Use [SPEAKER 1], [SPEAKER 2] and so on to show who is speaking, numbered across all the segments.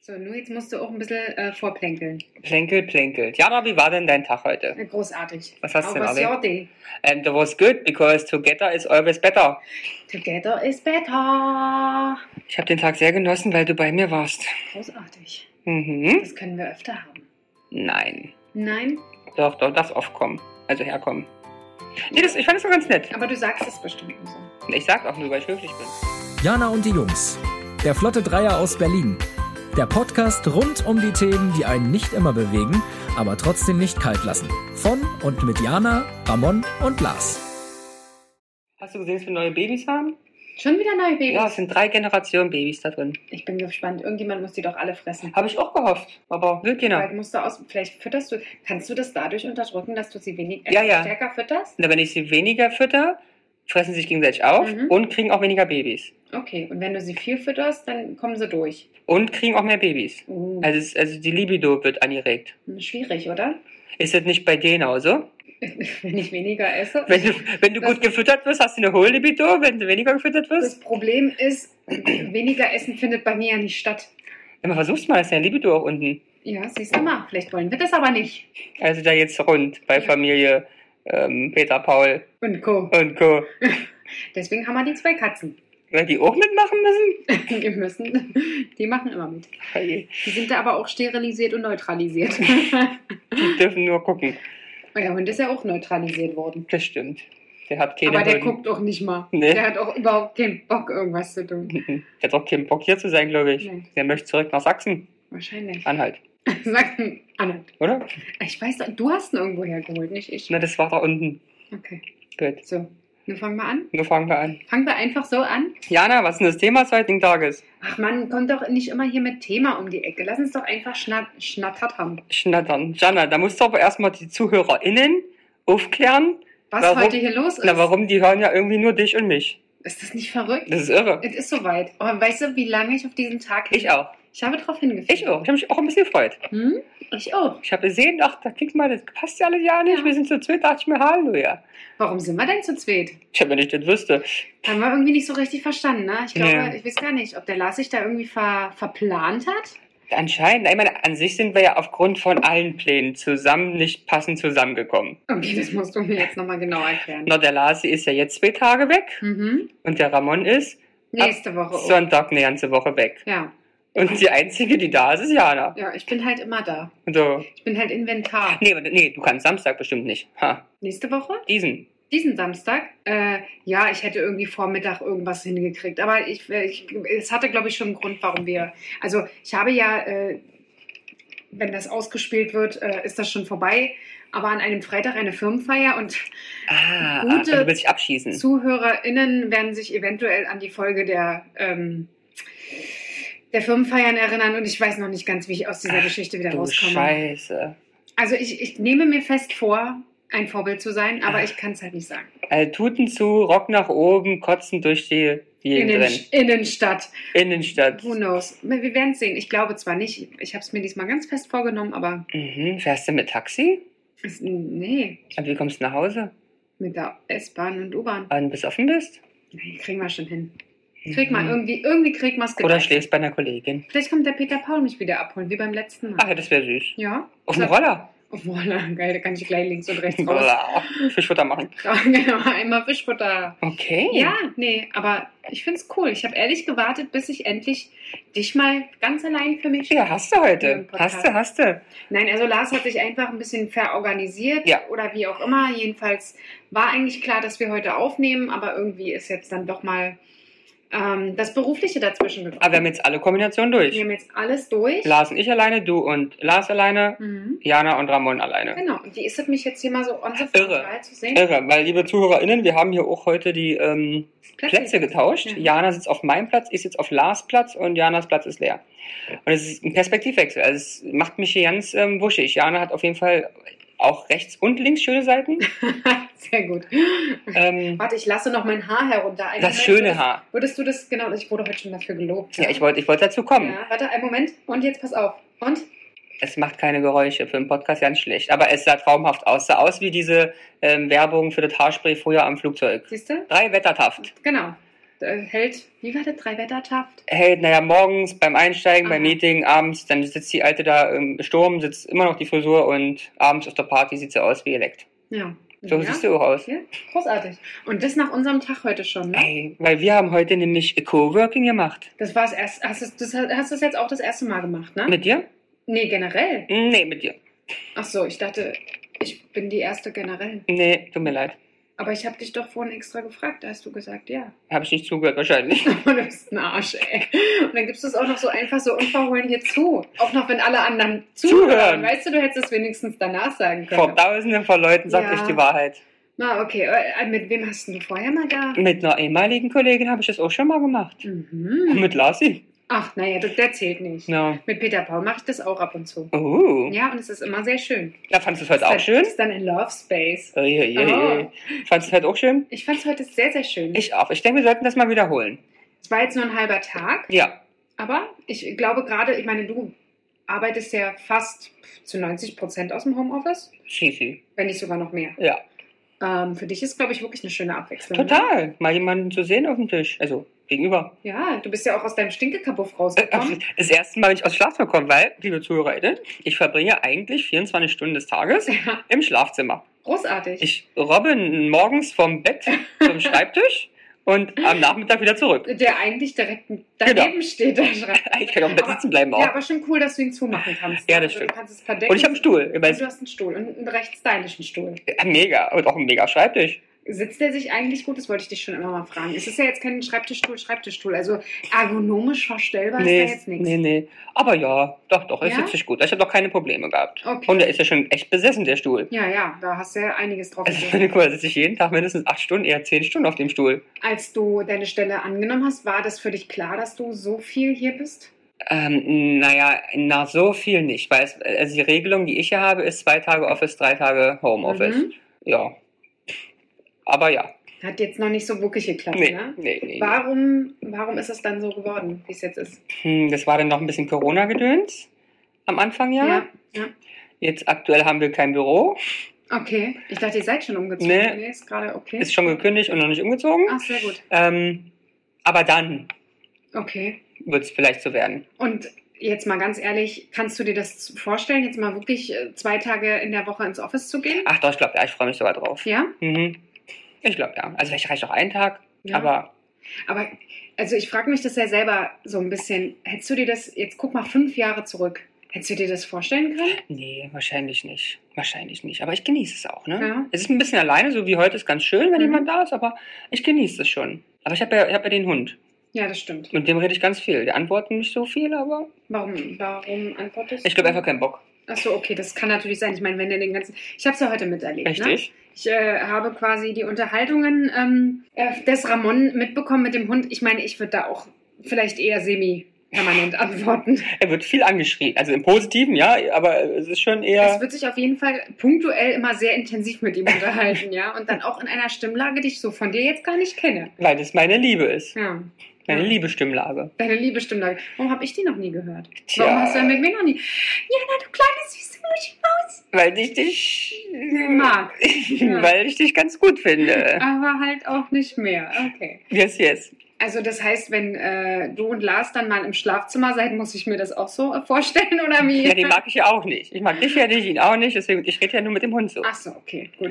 [SPEAKER 1] So, nur jetzt musst du auch ein bisschen äh, vorplänkeln.
[SPEAKER 2] Plänkel, plänkel. Ja, aber wie war denn dein Tag heute? Ähm,
[SPEAKER 1] Großartig.
[SPEAKER 2] Was hast du denn,
[SPEAKER 1] How was
[SPEAKER 2] Ari?
[SPEAKER 1] your day?
[SPEAKER 2] And it was good, because together is always better.
[SPEAKER 1] Together is better.
[SPEAKER 2] Ich habe den Tag sehr genossen, weil du bei mir warst.
[SPEAKER 1] Großartig.
[SPEAKER 2] Mhm.
[SPEAKER 1] Das können wir öfter haben.
[SPEAKER 2] Nein.
[SPEAKER 1] Nein,
[SPEAKER 2] Doch, doch, darfst oft kommen. Also herkommen. Nee, das, ich fand das so ganz nett.
[SPEAKER 1] aber du sagst es bestimmt nur so.
[SPEAKER 2] Ich sag auch nur, weil ich höflich bin.
[SPEAKER 3] Jana und die Jungs. Der Flotte Dreier aus Berlin. Der Podcast rund um die Themen, die einen nicht immer bewegen, aber trotzdem nicht kalt lassen. Von und mit Jana, Ramon und Lars.
[SPEAKER 2] Hast du gesehen, dass wir neue Babys haben?
[SPEAKER 1] Schon wieder neue Babys?
[SPEAKER 2] Ja, es sind drei Generationen Babys da drin.
[SPEAKER 1] Ich bin gespannt. Irgendjemand muss die doch alle fressen.
[SPEAKER 2] Habe ich auch gehofft, aber will keiner.
[SPEAKER 1] Bald musst du aus. Vielleicht fütterst du. Kannst du das dadurch unterdrücken, dass du sie wenig äh,
[SPEAKER 2] Ja, ja.
[SPEAKER 1] stärker fütterst?
[SPEAKER 2] Na, Wenn ich sie weniger fütter, fressen sie sich gegenseitig auf
[SPEAKER 1] Mhm.
[SPEAKER 2] und kriegen auch weniger Babys.
[SPEAKER 1] Okay. Und wenn du sie viel fütterst, dann kommen sie durch.
[SPEAKER 2] Und kriegen auch mehr Babys.
[SPEAKER 1] Uh,
[SPEAKER 2] Also, es, also die Libido wird angeregt.
[SPEAKER 1] schwierig, oder?
[SPEAKER 2] Ist das nicht bei denen auch so?
[SPEAKER 1] Wenn ich weniger esse.
[SPEAKER 2] Wenn du, wenn du
[SPEAKER 1] Das-
[SPEAKER 2] gut gefüttert wirst, hast du eine hohe Libido. Wenn du weniger gefüttert wirst,
[SPEAKER 1] Das Problem ist, weniger Essen findet bei mir ja nicht statt.
[SPEAKER 2] dann versuchst mal, ist deine Libido auch unten.
[SPEAKER 1] Ja, siehst du mal, vielleicht wollen wir das aber nicht.
[SPEAKER 2] Also da jetzt rund bei
[SPEAKER 1] Ja.
[SPEAKER 2] Familie ähm, Peter Paul
[SPEAKER 1] Und Co.
[SPEAKER 2] und Co.
[SPEAKER 1] Deswegen haben wir die zwei Katzen.
[SPEAKER 2] Weil die auch mitmachen müssen?
[SPEAKER 1] Die müssen, die machen immer mit.
[SPEAKER 2] Hey,
[SPEAKER 1] Die sind da aber auch sterilisiert und neutralisiert.
[SPEAKER 2] Die dürfen nur gucken.
[SPEAKER 1] Euer Hund ist ja auch neutralisiert worden.
[SPEAKER 2] Das stimmt. Der hat keine
[SPEAKER 1] aber der
[SPEAKER 2] Hürden.
[SPEAKER 1] guckt auch nicht mal.
[SPEAKER 2] Nee.
[SPEAKER 1] Der hat auch überhaupt keinen Bock, irgendwas zu tun.
[SPEAKER 2] Mhm. Der hat auch keinen Bock hier zu sein, glaube ich.
[SPEAKER 1] Nee.
[SPEAKER 2] Der möchte zurück nach Sachsen.
[SPEAKER 1] Wahrscheinlich.
[SPEAKER 2] Anhalt,
[SPEAKER 1] Sag Anne.
[SPEAKER 2] oder?
[SPEAKER 1] Ich weiß, doch, du hast ihn irgendwo hergeholt, nicht ich.
[SPEAKER 2] Na, das war da unten.
[SPEAKER 1] Okay.
[SPEAKER 2] Gut.
[SPEAKER 1] So, nun fangen wir an.
[SPEAKER 2] Nun fangen wir an.
[SPEAKER 1] Fangen wir einfach so an.
[SPEAKER 2] Jana, was ist denn das Thema des heutigen Tages?
[SPEAKER 1] Ach man, kommt doch nicht immer hier mit Thema um die Ecke. Lass uns doch einfach schnat schnattert haben.
[SPEAKER 2] Schnattern. Jana, da musst du aber erstmal die ZuhörerInnen aufklären.
[SPEAKER 1] Was
[SPEAKER 2] Warum?
[SPEAKER 1] heute hier los ist.
[SPEAKER 2] Na, warum? Die hören ja irgendwie nur dich und mich.
[SPEAKER 1] Ist das nicht verrückt?
[SPEAKER 2] Das ist irre.
[SPEAKER 1] Es ist soweit. Oh, weißt du, wie lange ich auf diesen Tag
[SPEAKER 2] Ich auch.
[SPEAKER 1] Ich habe drauf hingeführt.
[SPEAKER 2] Ich auch. Ich habe mich auch ein bisschen gefreut.
[SPEAKER 1] Hm? Ich auch.
[SPEAKER 2] Ich habe gesehen, ach, da klingt mal, das passt ja alles ja nicht.
[SPEAKER 1] Ja.
[SPEAKER 2] Wir sind zu zweit, dachte ich mir, Halleluja.
[SPEAKER 1] Warum sind wir denn zu zweit?
[SPEAKER 2] Tja, wenn ich das wüsste.
[SPEAKER 1] Haben wir irgendwie nicht so richtig verstanden, ne? Ich glaube,
[SPEAKER 2] Nee.
[SPEAKER 1] ich weiß gar nicht, ob der Lars sich da irgendwie ver verplant hat.
[SPEAKER 2] Anscheinend, ich meine, an sich sind wir ja aufgrund von allen Plänen zusammen nicht passend zusammengekommen.
[SPEAKER 1] Okay, das musst du mir jetzt nochmal genau erklären.
[SPEAKER 2] Na, der Lasi ist ja jetzt zwei Tage weg
[SPEAKER 1] Mhm.
[SPEAKER 2] und der Ramon ist
[SPEAKER 1] Nächste Woche. auch.
[SPEAKER 2] Sonntag eine ganze Woche weg.
[SPEAKER 1] Ja.
[SPEAKER 2] Und die Einzige, die da ist, ist Jana.
[SPEAKER 1] ja, ich bin halt immer da.
[SPEAKER 2] Und so.
[SPEAKER 1] Ich bin halt Inventar.
[SPEAKER 2] Nee, warte, nee, du kannst Samstag bestimmt nicht. Ha,
[SPEAKER 1] Nächste Woche?
[SPEAKER 2] diesen.
[SPEAKER 1] Diesen Samstag? Äh, ja, ich hätte irgendwie Vormittag irgendwas hingekriegt. Aber ich, ich es hatte, glaube ich, schon einen Grund, warum wir. Also, ich habe ja, äh, wenn das ausgespielt wird, äh, ist das schon vorbei. Aber an einem Freitag eine Firmenfeier und
[SPEAKER 2] Ah,
[SPEAKER 1] Gute-
[SPEAKER 2] du willst dich abschießen.
[SPEAKER 1] ZuhörerInnen werden sich eventuell an die Folge der, ähm, der Firmenfeiern erinnern und ich weiß noch nicht ganz, wie ich aus dieser
[SPEAKER 2] Ach,
[SPEAKER 1] Geschichte wieder
[SPEAKER 2] du
[SPEAKER 1] rauskomme.
[SPEAKER 2] Scheiße.
[SPEAKER 1] Also ich, ich nehme mir fest vor, ein Vorbild zu sein, aber
[SPEAKER 2] Ach.
[SPEAKER 1] ich kann es halt nicht sagen.
[SPEAKER 2] Also, Tuten zu, Rock nach oben, kotzen durch die
[SPEAKER 1] In
[SPEAKER 2] Dielen
[SPEAKER 1] den
[SPEAKER 2] drin.
[SPEAKER 1] Sch- Innenstadt.
[SPEAKER 2] Innenstadt.
[SPEAKER 1] Who knows? Wir wir werden es sehen. Ich glaube zwar nicht, ich habe es mir diesmal ganz fest vorgenommen, aber
[SPEAKER 2] Mhm. Fährst du mit Taxi?
[SPEAKER 1] es, nee,
[SPEAKER 2] Und wie kommst du nach Hause?
[SPEAKER 1] mit der S-Bahn und U-Bahn.
[SPEAKER 2] Wenn du besoffen bist?
[SPEAKER 1] Nee, Kriegen wir schon hin. Krieg mal
[SPEAKER 2] Mhm.
[SPEAKER 1] irgendwie, irgendwie kriegen wir es
[SPEAKER 2] Oder schläfst bei einer Kollegin.
[SPEAKER 1] Vielleicht kommt der Peter Paul mich wieder abholen, wie beim letzten Mal.
[SPEAKER 2] Ach Ah, ja, das wäre süß.
[SPEAKER 1] Ja. Oh,
[SPEAKER 2] Auf dem Roller.
[SPEAKER 1] Voila, geil, da kann ich gleich links und rechts raus.
[SPEAKER 2] Roller. Fischfutter machen.
[SPEAKER 1] genau, einmal Fischfutter.
[SPEAKER 2] Okay.
[SPEAKER 1] Ja, nee, aber ich find's cool. Ich habe ehrlich gewartet, bis ich endlich dich mal ganz allein für mich.
[SPEAKER 2] Ja, hast du
[SPEAKER 1] Ja,
[SPEAKER 2] heute.
[SPEAKER 1] im Podcast.
[SPEAKER 2] Hast du, hast du.
[SPEAKER 1] Nein, also Lars hat sich einfach ein bisschen verorganisiert
[SPEAKER 2] Ja.
[SPEAKER 1] oder wie auch immer. Jedenfalls war eigentlich klar, dass wir heute aufnehmen, aber irgendwie ist jetzt dann doch mal ähm, das Berufliche dazwischen gekommen.
[SPEAKER 2] Aber Ah, wir haben jetzt alle Kombinationen durch.
[SPEAKER 1] Wir haben jetzt alles durch.
[SPEAKER 2] Lars und ich alleine, du und Lars alleine,
[SPEAKER 1] Mhm.
[SPEAKER 2] Jana und Ramon alleine.
[SPEAKER 1] Genau. Und wie ist es mich jetzt hier mal so on the
[SPEAKER 2] Irre. Äh,
[SPEAKER 1] frontal zu sehen?
[SPEAKER 2] Irre, weil liebe ZuhörerInnen, wir haben hier auch heute die ähm, Plätze getauscht.
[SPEAKER 1] Ja.
[SPEAKER 2] Jana sitzt auf meinem Platz, ich sitze auf Lars Platz und Janas Platz ist leer. Und es ist ein Perspektivwechsel. Also es macht mich hier ganz ähm, wuschig. Jana hat auf jeden Fall auch rechts und links schöne Seiten.
[SPEAKER 1] Sehr gut.
[SPEAKER 2] ähm,
[SPEAKER 1] Warte, ich lasse noch mein Haar herunter. Einen
[SPEAKER 2] das
[SPEAKER 1] Moment,
[SPEAKER 2] schöne
[SPEAKER 1] würdest-
[SPEAKER 2] Haar.
[SPEAKER 1] Würdest du das, genau, ich wurde heute schon dafür gelobt.
[SPEAKER 2] Ja, ich wollte ich wollte dazu kommen.
[SPEAKER 1] Ja, warte, einen Moment. Und jetzt pass auf. Und?
[SPEAKER 2] Es macht keine Geräusche, für einen Podcast ganz schlecht. Aber es sah traumhaft aus. Sah aus wie diese ähm, Werbung für das Haarspray früher am Flugzeug.
[SPEAKER 1] Siehst du?
[SPEAKER 2] Drei wettertaft.
[SPEAKER 1] Genau. äh, hält, wie war das, drei Wettertaft?
[SPEAKER 2] hält, naja, morgens beim Einsteigen, beim
[SPEAKER 1] Aha.
[SPEAKER 2] Meeting, abends, dann sitzt die Alte da im Sturm, sitzt immer noch die Frisur und abends auf der Party sieht sie aus wie Elekt.
[SPEAKER 1] Ja.
[SPEAKER 2] So
[SPEAKER 1] ja.
[SPEAKER 2] siehst du auch aus.
[SPEAKER 1] Ja, großartig. Und das nach unserem Tag heute schon, ne?
[SPEAKER 2] Ey, weil wir haben heute nämlich Coworking gemacht.
[SPEAKER 1] Das war das erste, hast du das, hast du das jetzt auch das erste Mal gemacht, ne?
[SPEAKER 2] Mit dir?
[SPEAKER 1] nee, generell.
[SPEAKER 2] Nee, mit dir.
[SPEAKER 1] Ach so, ich dachte, ich bin die erste generell.
[SPEAKER 2] Nee, tut mir leid.
[SPEAKER 1] Aber ich habe dich doch vorhin extra gefragt, da hast du gesagt, ja.
[SPEAKER 2] Habe ich nicht zugehört, wahrscheinlich.
[SPEAKER 1] Und du bist ein Arsch, ey. Und dann gibst du es auch noch so einfach so unverhohlen hier zu. Auch noch, wenn alle anderen zuhören.
[SPEAKER 2] Zuhören.
[SPEAKER 1] Weißt du, du hättest es wenigstens danach sagen
[SPEAKER 2] Vor
[SPEAKER 1] können.
[SPEAKER 2] tausenden von Leuten sagt
[SPEAKER 1] Ja.
[SPEAKER 2] ich die Wahrheit.
[SPEAKER 1] Na, okay. Äh, Mit wem hast denn du vorher mal da?
[SPEAKER 2] Mit einer ehemaligen Kollegin habe ich das auch schon mal gemacht.
[SPEAKER 1] Mhm.
[SPEAKER 2] Mit Lassi.
[SPEAKER 1] Ach, naja, das- der zählt nicht.
[SPEAKER 2] Ja.
[SPEAKER 1] Mit Peter Paul mache ich das auch ab und zu.
[SPEAKER 2] Uh.
[SPEAKER 1] Ja, und es ist immer sehr schön.
[SPEAKER 2] Na, fandst du es heute auch
[SPEAKER 1] Ist
[SPEAKER 2] schön?
[SPEAKER 1] Ist dann in Love Space.
[SPEAKER 2] Uiuiui.
[SPEAKER 1] Oh.
[SPEAKER 2] Fandst du es heute auch schön?
[SPEAKER 1] Ich fand es heute sehr, sehr schön.
[SPEAKER 2] Ich auch. Ich denke, wir sollten das mal wiederholen.
[SPEAKER 1] es war jetzt nur ein halber Tag,
[SPEAKER 2] Ja.
[SPEAKER 1] aber ich glaube gerade, ich meine, du arbeitest ja fast zu 90 Prozent aus dem Homeoffice,
[SPEAKER 2] Cheesy.
[SPEAKER 1] wenn nicht sogar noch mehr.
[SPEAKER 2] Ja.
[SPEAKER 1] Ähm, für dich ist, glaube ich, wirklich eine schöne Abwechslung. ne?
[SPEAKER 2] Total. Mal jemanden zu sehen auf dem Tisch. Also gegenüber.
[SPEAKER 1] Ja, du bist ja auch aus deinem Stinkekabuff
[SPEAKER 2] Äh,
[SPEAKER 1] rausgekommen.
[SPEAKER 2] Das erste Mal bin ich aus dem Schlaf gekommen, weil, liebe Zuhörer, ne, ich verbringe eigentlich 24 Stunden des Tages
[SPEAKER 1] Ja,
[SPEAKER 2] im Schlafzimmer.
[SPEAKER 1] großartig.
[SPEAKER 2] Ich robbe morgens vom Bett zum Schreibtisch und am Nachmittag wieder zurück.
[SPEAKER 1] der eigentlich direkt daneben
[SPEAKER 2] Genau.
[SPEAKER 1] steht, der Schrank.
[SPEAKER 2] Ich kann auch im Bett
[SPEAKER 1] Aber-
[SPEAKER 2] sitzen bleiben auch.
[SPEAKER 1] Ja, aber schon cool, dass du ihn zumachen kannst.
[SPEAKER 2] Genau. Ja, das
[SPEAKER 1] Also,
[SPEAKER 2] stimmt.
[SPEAKER 1] Du kannst es verdecken.
[SPEAKER 2] und ich habe einen Stuhl. Ich
[SPEAKER 1] Und
[SPEAKER 2] weiß,
[SPEAKER 1] du hast einen Stuhl und einen recht stylischen Stuhl.
[SPEAKER 2] äh, mega. Und auch ein mega Schreibtisch.
[SPEAKER 1] Sitzt der sich eigentlich gut? Das wollte ich dich schon immer mal fragen. Es ist ja jetzt kein Schreibtischstuhl, Schreibtischstuhl. Also ergonomisch verstellbar ist da jetzt nichts.
[SPEAKER 2] nee, nee. Aber ja, doch, doch. Es
[SPEAKER 1] Ja?
[SPEAKER 2] sitzt sich gut. Ich habe noch keine Probleme gehabt.
[SPEAKER 1] Okay.
[SPEAKER 2] Und der ist ja schon echt besessen, der Stuhl.
[SPEAKER 1] Ja, ja, da hast du ja einiges drauf.
[SPEAKER 2] Also ich
[SPEAKER 1] gegeben.
[SPEAKER 2] finde cool, da sitze ich jeden Tag mindestens acht Stunden, eher zehn Stunden auf dem Stuhl.
[SPEAKER 1] Als du deine Stelle angenommen hast, war das für dich klar, dass du so viel hier bist?
[SPEAKER 2] Ähm, naja, na so viel nicht, weil es, also die Regelung, die ich hier habe, ist zwei Tage Office, drei Tage Homeoffice.
[SPEAKER 1] Mhm.
[SPEAKER 2] Ja. Aber ja.
[SPEAKER 1] Hat jetzt noch nicht so wirklich geklappt,
[SPEAKER 2] Nee,
[SPEAKER 1] ne?
[SPEAKER 2] nee, nee. nee.
[SPEAKER 1] Warum, warum ist es dann so geworden, wie es jetzt ist?
[SPEAKER 2] Hm, das war dann noch ein bisschen Corona-Gedöns am Anfang ja.
[SPEAKER 1] Ja,
[SPEAKER 2] Jetzt aktuell haben wir kein Büro.
[SPEAKER 1] Okay. Ich dachte, ihr seid schon umgezogen.
[SPEAKER 2] Nee.
[SPEAKER 1] nee ist gerade okay.
[SPEAKER 2] Ist schon gekündigt und noch nicht umgezogen.
[SPEAKER 1] Ach, sehr gut.
[SPEAKER 2] Ähm, aber dann
[SPEAKER 1] Okay.
[SPEAKER 2] wird es vielleicht so werden.
[SPEAKER 1] Und jetzt mal ganz ehrlich, kannst du dir das vorstellen, jetzt mal wirklich äh, zwei Tage in der Woche ins Office zu gehen?
[SPEAKER 2] Ach doch, ich glaube ja, ich freue mich sogar drauf.
[SPEAKER 1] Ja?
[SPEAKER 2] Mhm. Ich glaube ja. Also vielleicht reicht auch ein Tag,
[SPEAKER 1] ja.
[SPEAKER 2] aber
[SPEAKER 1] Aber, also ich frage mich das ja selber so ein bisschen. Hättest du dir das, jetzt guck mal fünf Jahre zurück, hättest du dir das vorstellen können?
[SPEAKER 2] nee, wahrscheinlich nicht. Wahrscheinlich nicht. Aber ich genieße es auch, ne?
[SPEAKER 1] Ja.
[SPEAKER 2] Es ist ein bisschen alleine, so wie heute ist ganz schön, wenn
[SPEAKER 1] Mhm.
[SPEAKER 2] jemand da ist, aber ich genieße es schon. Aber ich habe ja, ich hab ja den Hund.
[SPEAKER 1] Ja, das stimmt.
[SPEAKER 2] Mit dem rede ich ganz viel. Der antworten nicht so viel, aber
[SPEAKER 1] Warum, warum antwortest du?
[SPEAKER 2] ich glaube einfach keinen Bock.
[SPEAKER 1] Achso, okay, das kann natürlich sein. Ich meine, wenn der den ganzen. Ich habe es ja heute miterlebt. Ne?
[SPEAKER 2] Richtig?
[SPEAKER 1] Ich äh, habe quasi die Unterhaltungen ähm, äh, des Ramon mitbekommen mit dem Hund. Ich meine, ich würde da auch vielleicht eher semi-permanent antworten.
[SPEAKER 2] Er wird viel angeschrien. Also im Positiven, ja, aber es ist schon
[SPEAKER 1] Es
[SPEAKER 2] eher.
[SPEAKER 1] wird sich auf jeden Fall punktuell immer sehr intensiv mit ihm unterhalten, ja. Und dann auch in einer Stimmlage, die ich so von dir jetzt gar nicht kenne.
[SPEAKER 2] Weil das meine Liebe ist.
[SPEAKER 1] Ja.
[SPEAKER 2] Meine
[SPEAKER 1] Ja.
[SPEAKER 2] liebe Stimmlage.
[SPEAKER 1] Deine liebe Stimmlage. Warum habe ich die noch nie gehört?
[SPEAKER 2] Tja.
[SPEAKER 1] Warum hast du denn mit mir noch nie? Jana, du kleine süße Muschi.
[SPEAKER 2] Weil ich dich.
[SPEAKER 1] Mag. Ja.
[SPEAKER 2] Weil ich dich ganz gut finde.
[SPEAKER 1] Aber halt auch nicht mehr. Okay.
[SPEAKER 2] Yes, yes.
[SPEAKER 1] Also das heißt, wenn äh, du und Lars dann mal im Schlafzimmer seid, muss ich mir das auch so äh, vorstellen oder wie?
[SPEAKER 2] Ja, den mag ich ja auch nicht. Ich mag dich ja nicht, ihn auch nicht. Deswegen, ich rede ja nur mit dem Hund so.
[SPEAKER 1] Ach so, okay, gut.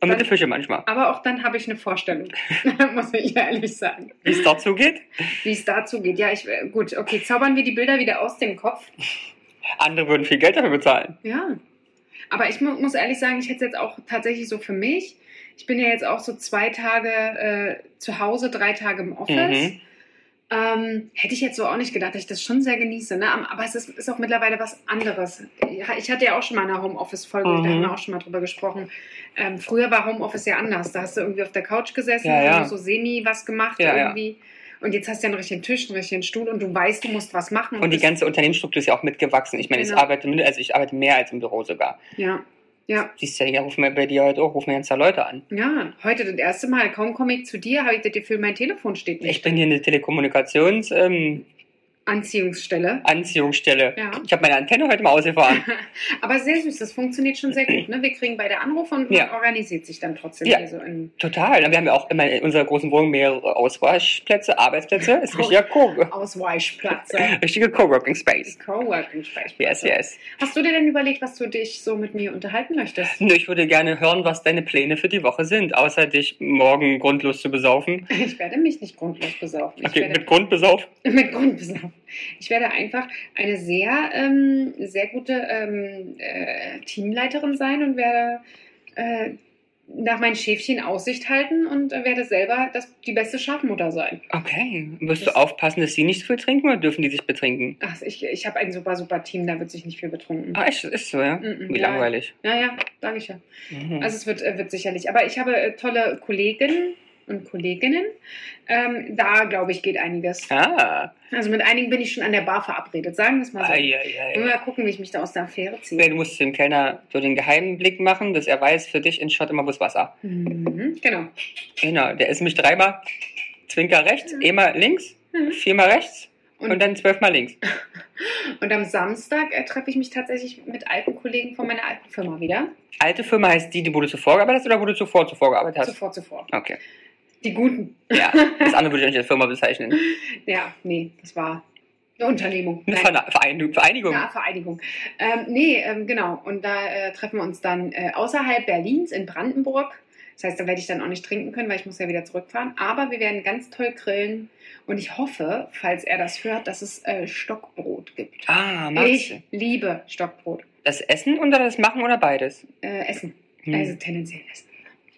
[SPEAKER 2] Und mit
[SPEAKER 1] dann-
[SPEAKER 2] den Fischen manchmal.
[SPEAKER 1] Aber auch dann habe ich eine Vorstellung, muss ich ehrlich sagen.
[SPEAKER 2] Wie es dazu geht.
[SPEAKER 1] Wie es dazu geht. Ja, ich, äh, gut, okay, zaubern wir die Bilder wieder aus dem Kopf.
[SPEAKER 2] Andere würden viel Geld dafür bezahlen.
[SPEAKER 1] Ja. Aber ich mu muss ehrlich sagen, ich hätte jetzt auch tatsächlich so für mich, ich bin ja jetzt auch so zwei Tage äh, zu Hause, drei Tage im Office.
[SPEAKER 2] Mhm.
[SPEAKER 1] Ähm, hätte ich jetzt so auch nicht gedacht, dass ich das schon sehr genieße. Ne? Am- Aber es ist, ist auch mittlerweile was anderes. Ja, Ich hatte ja auch schon mal eine Homeoffice-Folge,
[SPEAKER 2] Mhm.
[SPEAKER 1] da haben wir auch schon mal drüber gesprochen. Ähm, früher war Homeoffice ja anders. Da hast du irgendwie auf der Couch gesessen,
[SPEAKER 2] Ja, ja.
[SPEAKER 1] und so semi was gemacht
[SPEAKER 2] Ja, ja.
[SPEAKER 1] irgendwie. Und jetzt hast du ja einen richtigen Tisch, einen richtigen Stuhl und du weißt, du musst was machen.
[SPEAKER 2] Und die
[SPEAKER 1] bist-
[SPEAKER 2] ganze Unternehmensstruktur ist ja auch mitgewachsen. Ich meine,
[SPEAKER 1] Genau.
[SPEAKER 2] ich arbeite mit- also ich arbeite mehr als im Büro sogar.
[SPEAKER 1] Ja, ja,
[SPEAKER 2] Siehst ja, ja, rufen wir bei dir heute auch, rufen wir ganz da Leute an.
[SPEAKER 1] ja. Heute das erste Mal. Kaum komme ich zu dir, habe ich das Gefühl, mein Telefon steht nicht.
[SPEAKER 2] Ich bin hier eine Telekommunikations ähm,
[SPEAKER 1] Anziehungsstelle.
[SPEAKER 2] Anziehungsstelle.
[SPEAKER 1] Ja.
[SPEAKER 2] Ich habe meine Antenne heute mal ausgefahren.
[SPEAKER 1] Aber sehr süß, das funktioniert schon sehr gut. Ne? Wir kriegen beide Anrufe und man
[SPEAKER 2] Ja.
[SPEAKER 1] organisiert sich dann trotzdem
[SPEAKER 2] Ja.
[SPEAKER 1] hier so in
[SPEAKER 2] Total. Wir haben ja auch immer in unserer großen Wohnung mehrere Auswaschplätze, Arbeitsplätze. Ist ein richtiger Co
[SPEAKER 1] Ausweichplatz.
[SPEAKER 2] richtige Coworking Space.
[SPEAKER 1] Coworking Space.
[SPEAKER 2] Yes, yes.
[SPEAKER 1] Hast du dir denn überlegt, was du dich so mit mir unterhalten möchtest?
[SPEAKER 2] Nö, ich würde gerne hören, was deine Pläne für die Woche sind, außer dich morgen grundlos zu besaufen.
[SPEAKER 1] Ich werde mich nicht grundlos besaufen. Ich
[SPEAKER 2] Okay,
[SPEAKER 1] werde
[SPEAKER 2] mit Grundbesauf?
[SPEAKER 1] Mit Grund besoffen. Ich werde einfach eine sehr, ähm, sehr gute ähm, äh, Teamleiterin sein und werde äh, nach meinem Schäfchen Aussicht halten und äh, werde selber das, die beste Schafmutter sein.
[SPEAKER 2] Okay. Wirst du
[SPEAKER 1] Das-
[SPEAKER 2] aufpassen, dass sie nicht zu viel trinken oder dürfen die sich betrinken?
[SPEAKER 1] Ach, ich ich habe ein super, super Team, da wird sich nicht viel betrunken.
[SPEAKER 2] Ah, echt? Ist so, ja?
[SPEAKER 1] Mhm,
[SPEAKER 2] Wie
[SPEAKER 1] ja.
[SPEAKER 2] langweilig.
[SPEAKER 1] Ja, ja, sage ich ja.
[SPEAKER 2] Mhm.
[SPEAKER 1] Also es wird, äh, wird sicherlich. Aber ich habe äh, tolle Kolleginnen und Kolleginnen. Ähm, da, glaube ich, geht einiges.
[SPEAKER 2] ah.
[SPEAKER 1] Also mit einigen bin ich schon an der Bar verabredet, sagen wir es mal so.
[SPEAKER 2] Ei, ei, ei.
[SPEAKER 1] Mal gucken, wie ich mich da aus der Affäre ziehe.
[SPEAKER 2] Ja, Du musst dem Kellner so den geheimen Blick machen, dass er weiß, für dich in Schott immer bloß Wasser.
[SPEAKER 1] Mhm, genau.
[SPEAKER 2] Genau, der ist mich dreimal Zwinker rechts,
[SPEAKER 1] Mhm.
[SPEAKER 2] einmal links,
[SPEAKER 1] Mhm.
[SPEAKER 2] viermal rechts und,
[SPEAKER 1] Und,
[SPEAKER 2] dann zwölfmal links.
[SPEAKER 1] und am Samstag äh, treffe ich mich tatsächlich mit alten Kollegen von meiner alten Firma wieder.
[SPEAKER 2] Alte Firma heißt die, die wo du zuvor gearbeitet hast oder wo du zuvor zuvor gearbeitet hast?
[SPEAKER 1] Zuvor, zuvor.
[SPEAKER 2] Okay.
[SPEAKER 1] Die guten.
[SPEAKER 2] Ja, das andere würde ich nicht als Firma bezeichnen.
[SPEAKER 1] Ja, nee, das war eine Unternehmung.
[SPEAKER 2] Eine
[SPEAKER 1] Nein,
[SPEAKER 2] Verne- Verein- Vereinigung.
[SPEAKER 1] Ja, Vereinigung. Ähm, nee, ähm, genau. Und da äh, treffen wir uns dann äh, außerhalb Berlins in Brandenburg. Das heißt, da werde ich dann auch nicht trinken können, weil ich muss ja wieder zurückfahren. Aber wir werden ganz toll grillen. Und ich hoffe, falls er das hört, dass es äh, Stockbrot gibt.
[SPEAKER 2] Ah, magst
[SPEAKER 1] Ich
[SPEAKER 2] du.
[SPEAKER 1] liebe Stockbrot.
[SPEAKER 2] Das Essen oder das Machen oder beides?
[SPEAKER 1] Äh, Essen.
[SPEAKER 2] Hm.
[SPEAKER 1] Also tendenziell essen.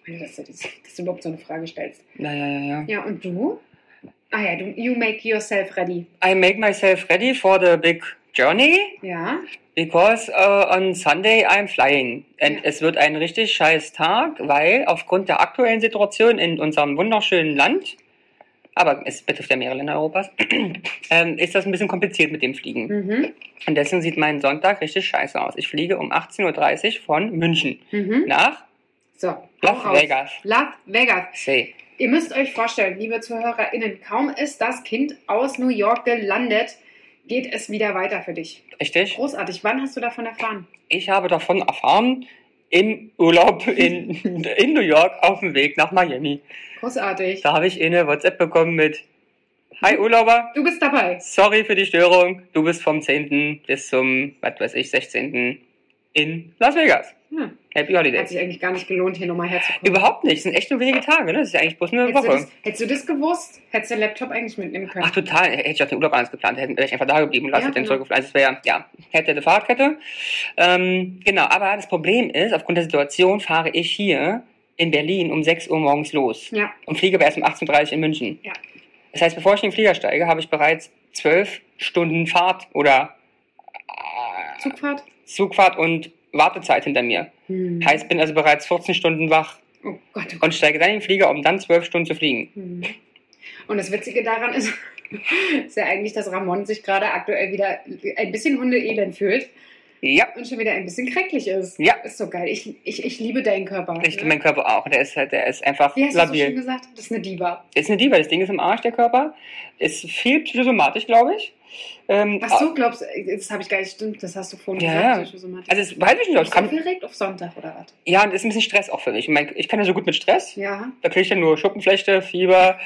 [SPEAKER 1] Ich meine, dass du, das, dass du überhaupt so eine Frage stellst.
[SPEAKER 2] Ja, ja, ja, ja.
[SPEAKER 1] Ja, und du? Ah ja, du, you make yourself ready.
[SPEAKER 2] I make myself ready for the big journey
[SPEAKER 1] Ja,
[SPEAKER 2] because uh, on Sunday I'm flying. And
[SPEAKER 1] Ja.
[SPEAKER 2] es wird ein richtig scheiß Tag, weil aufgrund der aktuellen Situation in unserem wunderschönen Land, aber es betrifft ja mehrere Länder Europas, ähm, ist das ein bisschen kompliziert mit dem Fliegen.
[SPEAKER 1] mhm,
[SPEAKER 2] Und deswegen sieht mein Sonntag richtig scheiße aus. Ich fliege um 18.30 Uhr von München
[SPEAKER 1] mhm.
[SPEAKER 2] nach
[SPEAKER 1] So, hau
[SPEAKER 2] Las
[SPEAKER 1] raus.
[SPEAKER 2] Vegas.
[SPEAKER 1] Las Vegas.
[SPEAKER 2] See.
[SPEAKER 1] Ihr müsst euch vorstellen, liebe ZuhörerInnen, kaum ist das Kind aus New York gelandet, geht es wieder weiter für dich.
[SPEAKER 2] Richtig?
[SPEAKER 1] Großartig. Wann hast du davon erfahren?
[SPEAKER 2] Ich habe davon erfahren im Urlaub in, in New York auf dem Weg nach Miami.
[SPEAKER 1] Großartig.
[SPEAKER 2] Da habe ich eine WhatsApp bekommen mit Hi Urlauber,
[SPEAKER 1] Du bist dabei.
[SPEAKER 2] sorry für die Störung. Du bist vom 10. bis zum, was weiß ich, 16. in Las Vegas.
[SPEAKER 1] Ja.
[SPEAKER 2] Happy
[SPEAKER 1] Hm. Hat
[SPEAKER 2] Holidays.
[SPEAKER 1] sich eigentlich gar nicht gelohnt, hier nochmal herzukommen.
[SPEAKER 2] Überhaupt nicht. Es sind echt nur wenige Tage, ne? Das ist ja eigentlich bloß eine
[SPEAKER 1] Hättest du,
[SPEAKER 2] Woche.
[SPEAKER 1] das, hättest du das gewusst, hättest du den Laptop eigentlich mitnehmen können.
[SPEAKER 2] Ach total, hätte ich auch den Urlaub anders geplant, hätte wäre ich einfach da geblieben und
[SPEAKER 1] Ja,
[SPEAKER 2] lasse den
[SPEAKER 1] genau.
[SPEAKER 2] zurückgeflogen. Also es wäre ja, hätte eine Fahrtkette. Ähm, genau, aber das Problem ist, aufgrund der Situation fahre ich hier in Berlin um 6 Uhr morgens los
[SPEAKER 1] Ja,
[SPEAKER 2] und fliege aber erst um 18.30 Uhr in München.
[SPEAKER 1] Ja.
[SPEAKER 2] Das heißt, bevor ich in den Flieger steige, habe ich bereits zwölf Stunden Fahrt oder äh,
[SPEAKER 1] Zugfahrt.
[SPEAKER 2] Zugfahrt und Wartezeit hinter mir.
[SPEAKER 1] Hm.
[SPEAKER 2] Heißt, bin also bereits 14 Stunden wach
[SPEAKER 1] Oh Gott, oh Gott.
[SPEAKER 2] und steige dann in den Flieger, um dann zwölf Stunden zu fliegen.
[SPEAKER 1] Mhm. Und das Witzige daran ist, ist ja eigentlich, dass Ramon sich gerade aktuell wieder ein bisschen hundeelend fühlt
[SPEAKER 2] Ja,
[SPEAKER 1] und schon wieder ein bisschen kränklich ist.
[SPEAKER 2] Ja.
[SPEAKER 1] Ist so geil. Ich, ich, ich liebe deinen Körper.
[SPEAKER 2] ich
[SPEAKER 1] ne?
[SPEAKER 2] mein Körper auch. Der ist, halt- der ist einfach
[SPEAKER 1] Wie hast du so
[SPEAKER 2] labil.
[SPEAKER 1] schön gesagt? Das ist eine Diva.
[SPEAKER 2] Ist eine Diva, das Ding ist im Arsch, der Körper. Ist viel psychosomatisch, glaube ich. Ähm,
[SPEAKER 1] Was du glaubst, das habe ich gar nicht stimmt, das hast du vorhin
[SPEAKER 2] Ja, ja.
[SPEAKER 1] gesagt. Psychosomatik.
[SPEAKER 2] Also, es weiß ich nicht. ob es
[SPEAKER 1] Bist du
[SPEAKER 2] Kann,
[SPEAKER 1] aufgeregt auf Sonntag oder was?
[SPEAKER 2] ja, und ist ein bisschen Stress auch für mich. Ich, mein, ich kann ja so gut mit Stress.
[SPEAKER 1] Ja,
[SPEAKER 2] Da kriege ich dann nur Schuppenflechte, Fieber,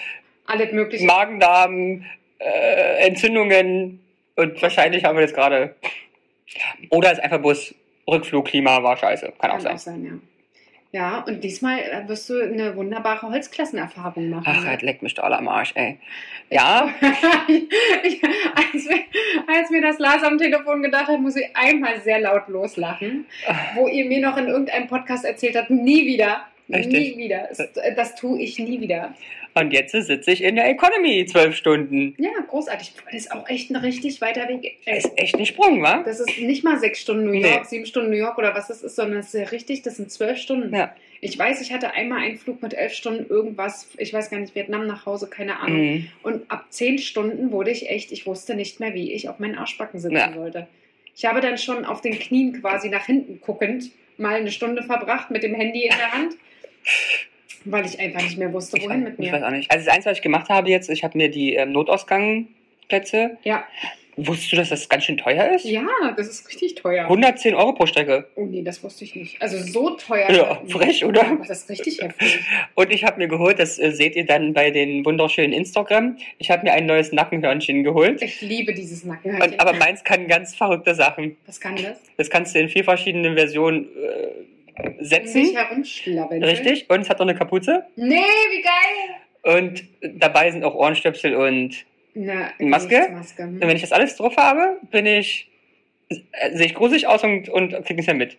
[SPEAKER 1] alles mögliche.
[SPEAKER 2] Magen-Darm, äh, Entzündungen. Und wahrscheinlich haben wir das gerade. Oder ist einfach bloß Rückflugklima war scheiße. Kann auch
[SPEAKER 1] Kann auch
[SPEAKER 2] sein.
[SPEAKER 1] sein, ja. Ja, und diesmal äh, wirst du eine wunderbare Holzklassenerfahrung machen.
[SPEAKER 2] Ach,
[SPEAKER 1] ne?
[SPEAKER 2] halt leckt mich doch alle am Arsch, ey. Ja,
[SPEAKER 1] ich, als, mir, als mir das Lars am Telefon gedacht hat, muss ich einmal sehr laut loslachen,
[SPEAKER 2] Ah.
[SPEAKER 1] wo ihr mir noch in irgendeinem Podcast erzählt habt, nie wieder,
[SPEAKER 2] Richtig.
[SPEAKER 1] nie wieder, das, das tue ich nie wieder.
[SPEAKER 2] und jetzt sitze ich in der Economy zwölf Stunden.
[SPEAKER 1] Ja, großartig. Das ist auch echt ein richtig weiter Weg. Ey,
[SPEAKER 2] Ist echt ein Sprung, wa?
[SPEAKER 1] Das ist nicht mal sechs Stunden New York,
[SPEAKER 2] Nee.
[SPEAKER 1] sieben Stunden New York oder was das ist, sondern das ist ja richtig, das sind zwölf Stunden.
[SPEAKER 2] Ja.
[SPEAKER 1] Ich weiß, ich hatte einmal einen Flug mit elf Stunden irgendwas, ich weiß gar nicht, Vietnam nach Hause, keine Ahnung.
[SPEAKER 2] Mhm.
[SPEAKER 1] Und ab zehn Stunden wurde ich echt, ich wusste nicht mehr, wie ich auf meinen Arschbacken sitzen
[SPEAKER 2] Ja.
[SPEAKER 1] sollte. Ich habe dann schon auf den Knien quasi nach hinten guckend mal eine Stunde verbracht mit dem Handy in der Hand, weil ich einfach nicht mehr wusste,
[SPEAKER 2] Ich
[SPEAKER 1] wohin
[SPEAKER 2] weiß,
[SPEAKER 1] mit
[SPEAKER 2] ich weiß
[SPEAKER 1] mir.
[SPEAKER 2] auch nicht. Also das Einzige, was ich gemacht habe jetzt, ich habe mir die ähm, Notausgang Plätze.
[SPEAKER 1] Ja.
[SPEAKER 2] Wusstest du, dass das ganz schön teuer ist?
[SPEAKER 1] Ja, das ist richtig teuer.
[SPEAKER 2] 110 Euro pro Strecke.
[SPEAKER 1] Oh nee, das wusste ich nicht. Also so teuer.
[SPEAKER 2] Ja, frech, oder?
[SPEAKER 1] Ja, das ist richtig heftig.
[SPEAKER 2] Und ich habe mir geholt, das äh, seht ihr dann bei den wunderschönen Instagram, ich habe mir ein neues Nackenhörnchen geholt.
[SPEAKER 1] Ich liebe dieses Nackenhörnchen.
[SPEAKER 2] Und, aber meins kann ganz verrückte Sachen.
[SPEAKER 1] Was kann das?
[SPEAKER 2] Das kannst du in vier verschiedenen Versionen äh,
[SPEAKER 1] Sich
[SPEAKER 2] setzen.
[SPEAKER 1] herumschlabbeln.
[SPEAKER 2] Richtig. Und es hat noch eine Kapuze.
[SPEAKER 1] Nee, wie geil.
[SPEAKER 2] Und dabei sind auch Ohrenstöpsel und
[SPEAKER 1] Na,
[SPEAKER 2] Maske?
[SPEAKER 1] Gesichtsmaske, hm.
[SPEAKER 2] Und wenn ich das alles drauf habe, bin ich, äh, sehe ich gruselig aus und, und krieg nichts mehr mit.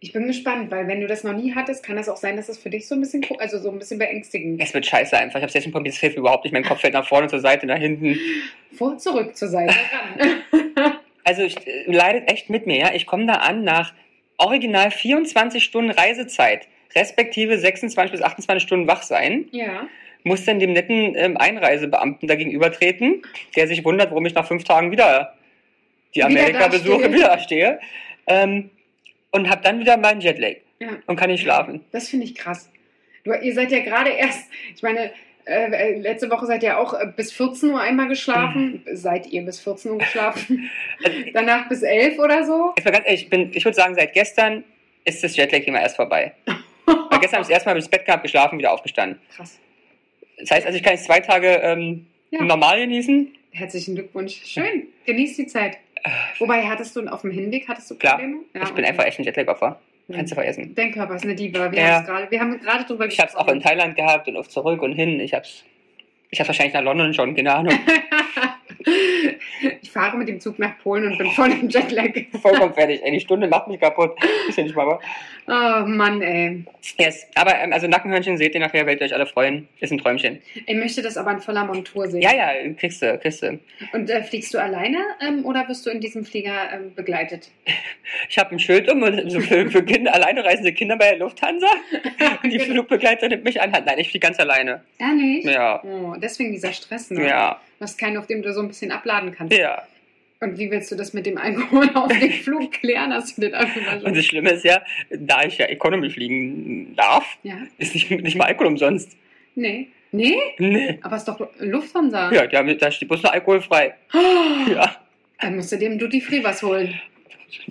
[SPEAKER 1] Ich bin gespannt, weil wenn du das noch nie hattest, kann das auch sein, dass es für dich so ein bisschen, ko- also so ein bisschen beängstigend.
[SPEAKER 2] Es wird scheiße einfach. Ich habe es jetzt schon probiert, es hilft überhaupt nicht. Mein Kopf fällt nach vorne, zur Seite, nach hinten.
[SPEAKER 1] Vor zurück zur Seite ran.
[SPEAKER 2] Also ich, äh, leidet echt mit mir, ja. Ich komme da an nach original 24 Stunden Reisezeit, respektive 26 bis 28 Stunden wach sein,
[SPEAKER 1] ja.
[SPEAKER 2] muss dann dem netten ähm, Einreisebeamten dagegenübertreten, der sich wundert, warum ich nach fünf Tagen wieder die
[SPEAKER 1] Wieder
[SPEAKER 2] Amerika-Besuche
[SPEAKER 1] dastehe.
[SPEAKER 2] wieder stehe. Ähm, und habe dann wieder meinen Jetlag
[SPEAKER 1] ja.
[SPEAKER 2] und kann nicht schlafen.
[SPEAKER 1] Das finde ich krass. Du, ihr seid ja gerade erst, ich meine, äh, äh, letzte Woche seid ihr auch äh, bis 14 Uhr einmal geschlafen.
[SPEAKER 2] Mhm.
[SPEAKER 1] Seid ihr bis 14 Uhr geschlafen?
[SPEAKER 2] Also
[SPEAKER 1] Danach bis 11 oder so?
[SPEAKER 2] Jetzt mal ganz ehrlich, ich, bin, ich würde sagen, seit gestern ist das Jetlag-Thema erst vorbei. Weil gestern habe ich das erste Mal ins Bett gehabt, geschlafen, wieder aufgestanden.
[SPEAKER 1] Krass.
[SPEAKER 2] Das heißt, also ich kann jetzt zwei Tage ähm,
[SPEAKER 1] Ja.
[SPEAKER 2] normal genießen.
[SPEAKER 1] Herzlichen Glückwunsch. Schön. Genießt die Zeit. Wobei, hattest du auf dem Hinweg, hattest du
[SPEAKER 2] Äh. Klar.
[SPEAKER 1] Probleme? Ja,
[SPEAKER 2] ich bin
[SPEAKER 1] okay.
[SPEAKER 2] einfach echt ein Jetlag-Opfer. Kannst du vergessen.
[SPEAKER 1] Dein Körper ist eine Diva. Wir,
[SPEAKER 2] Ja.
[SPEAKER 1] haben's gerade- wir haben gerade drüber
[SPEAKER 2] Ich habe es auch in Thailand gehabt und oft zurück und hin. Ich habe es ich hab's wahrscheinlich nach London schon, keine Ahnung.
[SPEAKER 1] ich fahre mit dem Zug nach Polen und bin voll im Jetlag.
[SPEAKER 2] Vollkommen fertig. Ey, die Stunde macht mich kaputt. Ist ja nicht mal wahr.
[SPEAKER 1] Oh Mann, ey.
[SPEAKER 2] Yes. Aber ähm, also Nackenhörnchen seht ihr nachher, werdet ihr euch alle freuen. Ist ein Träumchen.
[SPEAKER 1] Ich möchte das aber in voller Montur sehen.
[SPEAKER 2] Ja, ja, kriegst du, kriegst du.
[SPEAKER 1] Und äh, fliegst du alleine ähm, oder wirst du in diesem Flieger ähm, begleitet?
[SPEAKER 2] Ich habe ein Schild um und so für, für Kinder, alleine reisende Kinder bei der Lufthansa.
[SPEAKER 1] Genau.
[SPEAKER 2] Und die Flugbegleiter nimmt mich an. Nein, ich fliege ganz alleine.
[SPEAKER 1] Ehrlich?
[SPEAKER 2] Ja.
[SPEAKER 1] Oh, deswegen dieser Stress, ne?
[SPEAKER 2] Ja.
[SPEAKER 1] Du hast keinen, auf dem du so ein bisschen abladen kannst.
[SPEAKER 2] Ja.
[SPEAKER 1] Und wie willst du das mit dem Alkohol auf dem Flug klären? Hast du den einfach mal
[SPEAKER 2] Und
[SPEAKER 1] schon?
[SPEAKER 2] das Schlimme ist ja, da ich ja Economy fliegen darf,
[SPEAKER 1] Ja?
[SPEAKER 2] ist nicht, nicht mal Alkohol umsonst.
[SPEAKER 1] Nee. Nee?
[SPEAKER 2] Nee.
[SPEAKER 1] Aber es ist doch Lufthansa.
[SPEAKER 2] Ja, die haben, da steht bloß noch alkoholfrei.
[SPEAKER 1] Oh,
[SPEAKER 2] Ja.
[SPEAKER 1] dann musst du dem Duty Free was holen.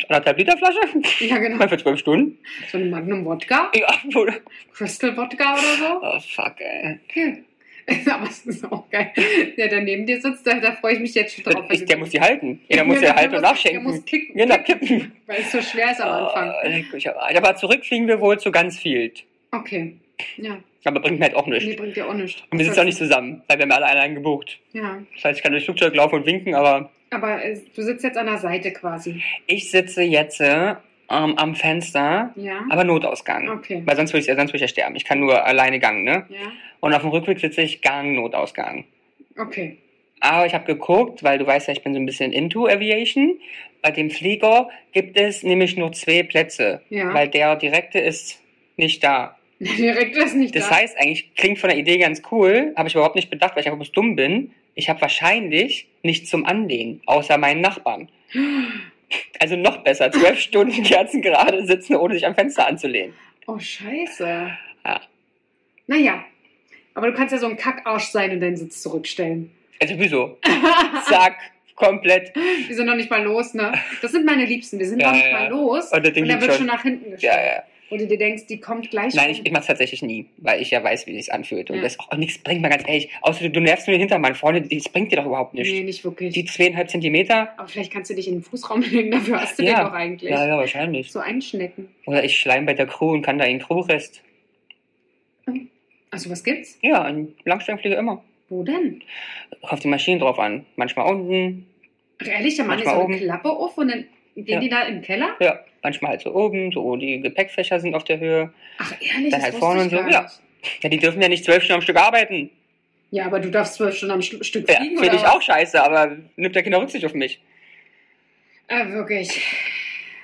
[SPEAKER 2] Anderthalb Liter Flasche?
[SPEAKER 1] Ja, genau.
[SPEAKER 2] Mal für zwölf Stunden?
[SPEAKER 1] So ein Magnum Wodka,
[SPEAKER 2] Ja, Bruder.
[SPEAKER 1] Crystal Wodka oder so.
[SPEAKER 2] Oh, fuck, ey.
[SPEAKER 1] Okay. Aber es ist auch geil. Der, der neben dir sitzt, da, da freue ich mich jetzt schon drauf.
[SPEAKER 2] Ich, der muss die halten. Ja, der muss ja halten und
[SPEAKER 1] Der muss
[SPEAKER 2] nachschenken.
[SPEAKER 1] kicken,
[SPEAKER 2] Genau,
[SPEAKER 1] kicken,
[SPEAKER 2] kippen.
[SPEAKER 1] weil es so schwer ist am Anfang.
[SPEAKER 2] Oh, leck mich am Arsch. Aber zurück fliegen wir wohl zu ganz viel.
[SPEAKER 1] Okay. Ja,
[SPEAKER 2] Aber bringt mir halt auch nichts.
[SPEAKER 1] nee, bringt ja auch nichts.
[SPEAKER 2] Und wir sitzen auch nicht zusammen, weil wir haben alle allein gebucht.
[SPEAKER 1] Ja,
[SPEAKER 2] Das heißt, ich kann durchs Flugzeug laufen und winken, aber
[SPEAKER 1] aber äh, du sitzt jetzt an der Seite quasi.
[SPEAKER 2] ich sitze jetzt äh, ähm, am Fenster,
[SPEAKER 1] Ja.
[SPEAKER 2] aber Notausgang.
[SPEAKER 1] Okay.
[SPEAKER 2] Weil sonst würde ich, sonst würde ich ja sterben. Ich kann nur alleine Gang, ne?
[SPEAKER 1] Ja.
[SPEAKER 2] Und auf dem Rückweg sitze ich Gang, Notausgang.
[SPEAKER 1] Okay.
[SPEAKER 2] Aber Ah, ich habe geguckt, weil du weißt ja, ich bin so ein bisschen into Aviation. Bei dem Flieger gibt es nämlich nur zwei Plätze,
[SPEAKER 1] Ja.
[SPEAKER 2] weil der direkte ist nicht da.
[SPEAKER 1] Direkt ist nicht
[SPEAKER 2] Das
[SPEAKER 1] da.
[SPEAKER 2] heißt, eigentlich klingt von der Idee ganz cool, habe ich überhaupt nicht bedacht, weil ich einfach bloß dumm bin. Ich habe wahrscheinlich nichts zum Anlehnen, außer meinen Nachbarn. Also noch besser, zwölf Stunden Kerzen gerade sitzen, ohne sich am Fenster anzulehnen.
[SPEAKER 1] Oh, scheiße.
[SPEAKER 2] Ja.
[SPEAKER 1] Naja. Aber du kannst ja so ein Kackarsch sein und deinen Sitz zurückstellen.
[SPEAKER 2] Also wieso? Zack, komplett.
[SPEAKER 1] Wir sind noch nicht mal los, ne? Das sind meine Liebsten. Wir sind
[SPEAKER 2] Ja,
[SPEAKER 1] noch nicht
[SPEAKER 2] ja.
[SPEAKER 1] mal los.
[SPEAKER 2] Und das Ding
[SPEAKER 1] Und dann
[SPEAKER 2] liegt
[SPEAKER 1] wird schon
[SPEAKER 2] schon.
[SPEAKER 1] nach hinten gestellt.
[SPEAKER 2] Ja, ja.
[SPEAKER 1] Wo du dir denkst, die kommt gleich.
[SPEAKER 2] Nein, ich, ich mache es tatsächlich nie, weil ich ja weiß, wie es anfühlt. Und
[SPEAKER 1] Ja.
[SPEAKER 2] das auch nichts bringt, mal ganz ehrlich. Außer du, du nervst nur den Hintermann vorne, das bringt dir doch überhaupt nichts.
[SPEAKER 1] Nee, nicht wirklich.
[SPEAKER 2] Die zweieinhalb Zentimeter?
[SPEAKER 1] Aber vielleicht kannst du dich in den Fußraum legen, dafür hast du
[SPEAKER 2] Ja.
[SPEAKER 1] den doch eigentlich.
[SPEAKER 2] Ja, ja, wahrscheinlich.
[SPEAKER 1] So einschnecken.
[SPEAKER 2] Oder ich schleim bei der Crew und kann da einen Crewrest.
[SPEAKER 1] Also was gibt's?
[SPEAKER 2] Ja, ein Langstreckenflieger immer.
[SPEAKER 1] Wo denn?
[SPEAKER 2] Auf die Maschinen drauf an. Manchmal unten,
[SPEAKER 1] Ach, ehrlich, da machen die so
[SPEAKER 2] Manchmal
[SPEAKER 1] eine
[SPEAKER 2] oben.
[SPEAKER 1] Klappe auf und dann gehen
[SPEAKER 2] Ja.
[SPEAKER 1] die da im Keller?
[SPEAKER 2] ja. Manchmal halt so oben, so die Gepäckfächer sind auf der Höhe.
[SPEAKER 1] Ach ehrlich,
[SPEAKER 2] Dann
[SPEAKER 1] das
[SPEAKER 2] halt
[SPEAKER 1] wusste
[SPEAKER 2] vorne
[SPEAKER 1] ich
[SPEAKER 2] und so,
[SPEAKER 1] gar
[SPEAKER 2] ja.
[SPEAKER 1] nicht.
[SPEAKER 2] Ja, die dürfen ja nicht zwölf Stunden am Stück arbeiten.
[SPEAKER 1] ja, aber du darfst zwölf Stunden am Sch- Stück
[SPEAKER 2] Ja,
[SPEAKER 1] fliegen, oder?
[SPEAKER 2] Finde ich
[SPEAKER 1] was?
[SPEAKER 2] auch scheiße, aber nimmt ja keiner Rücksicht auf mich.
[SPEAKER 1] Ah, wirklich.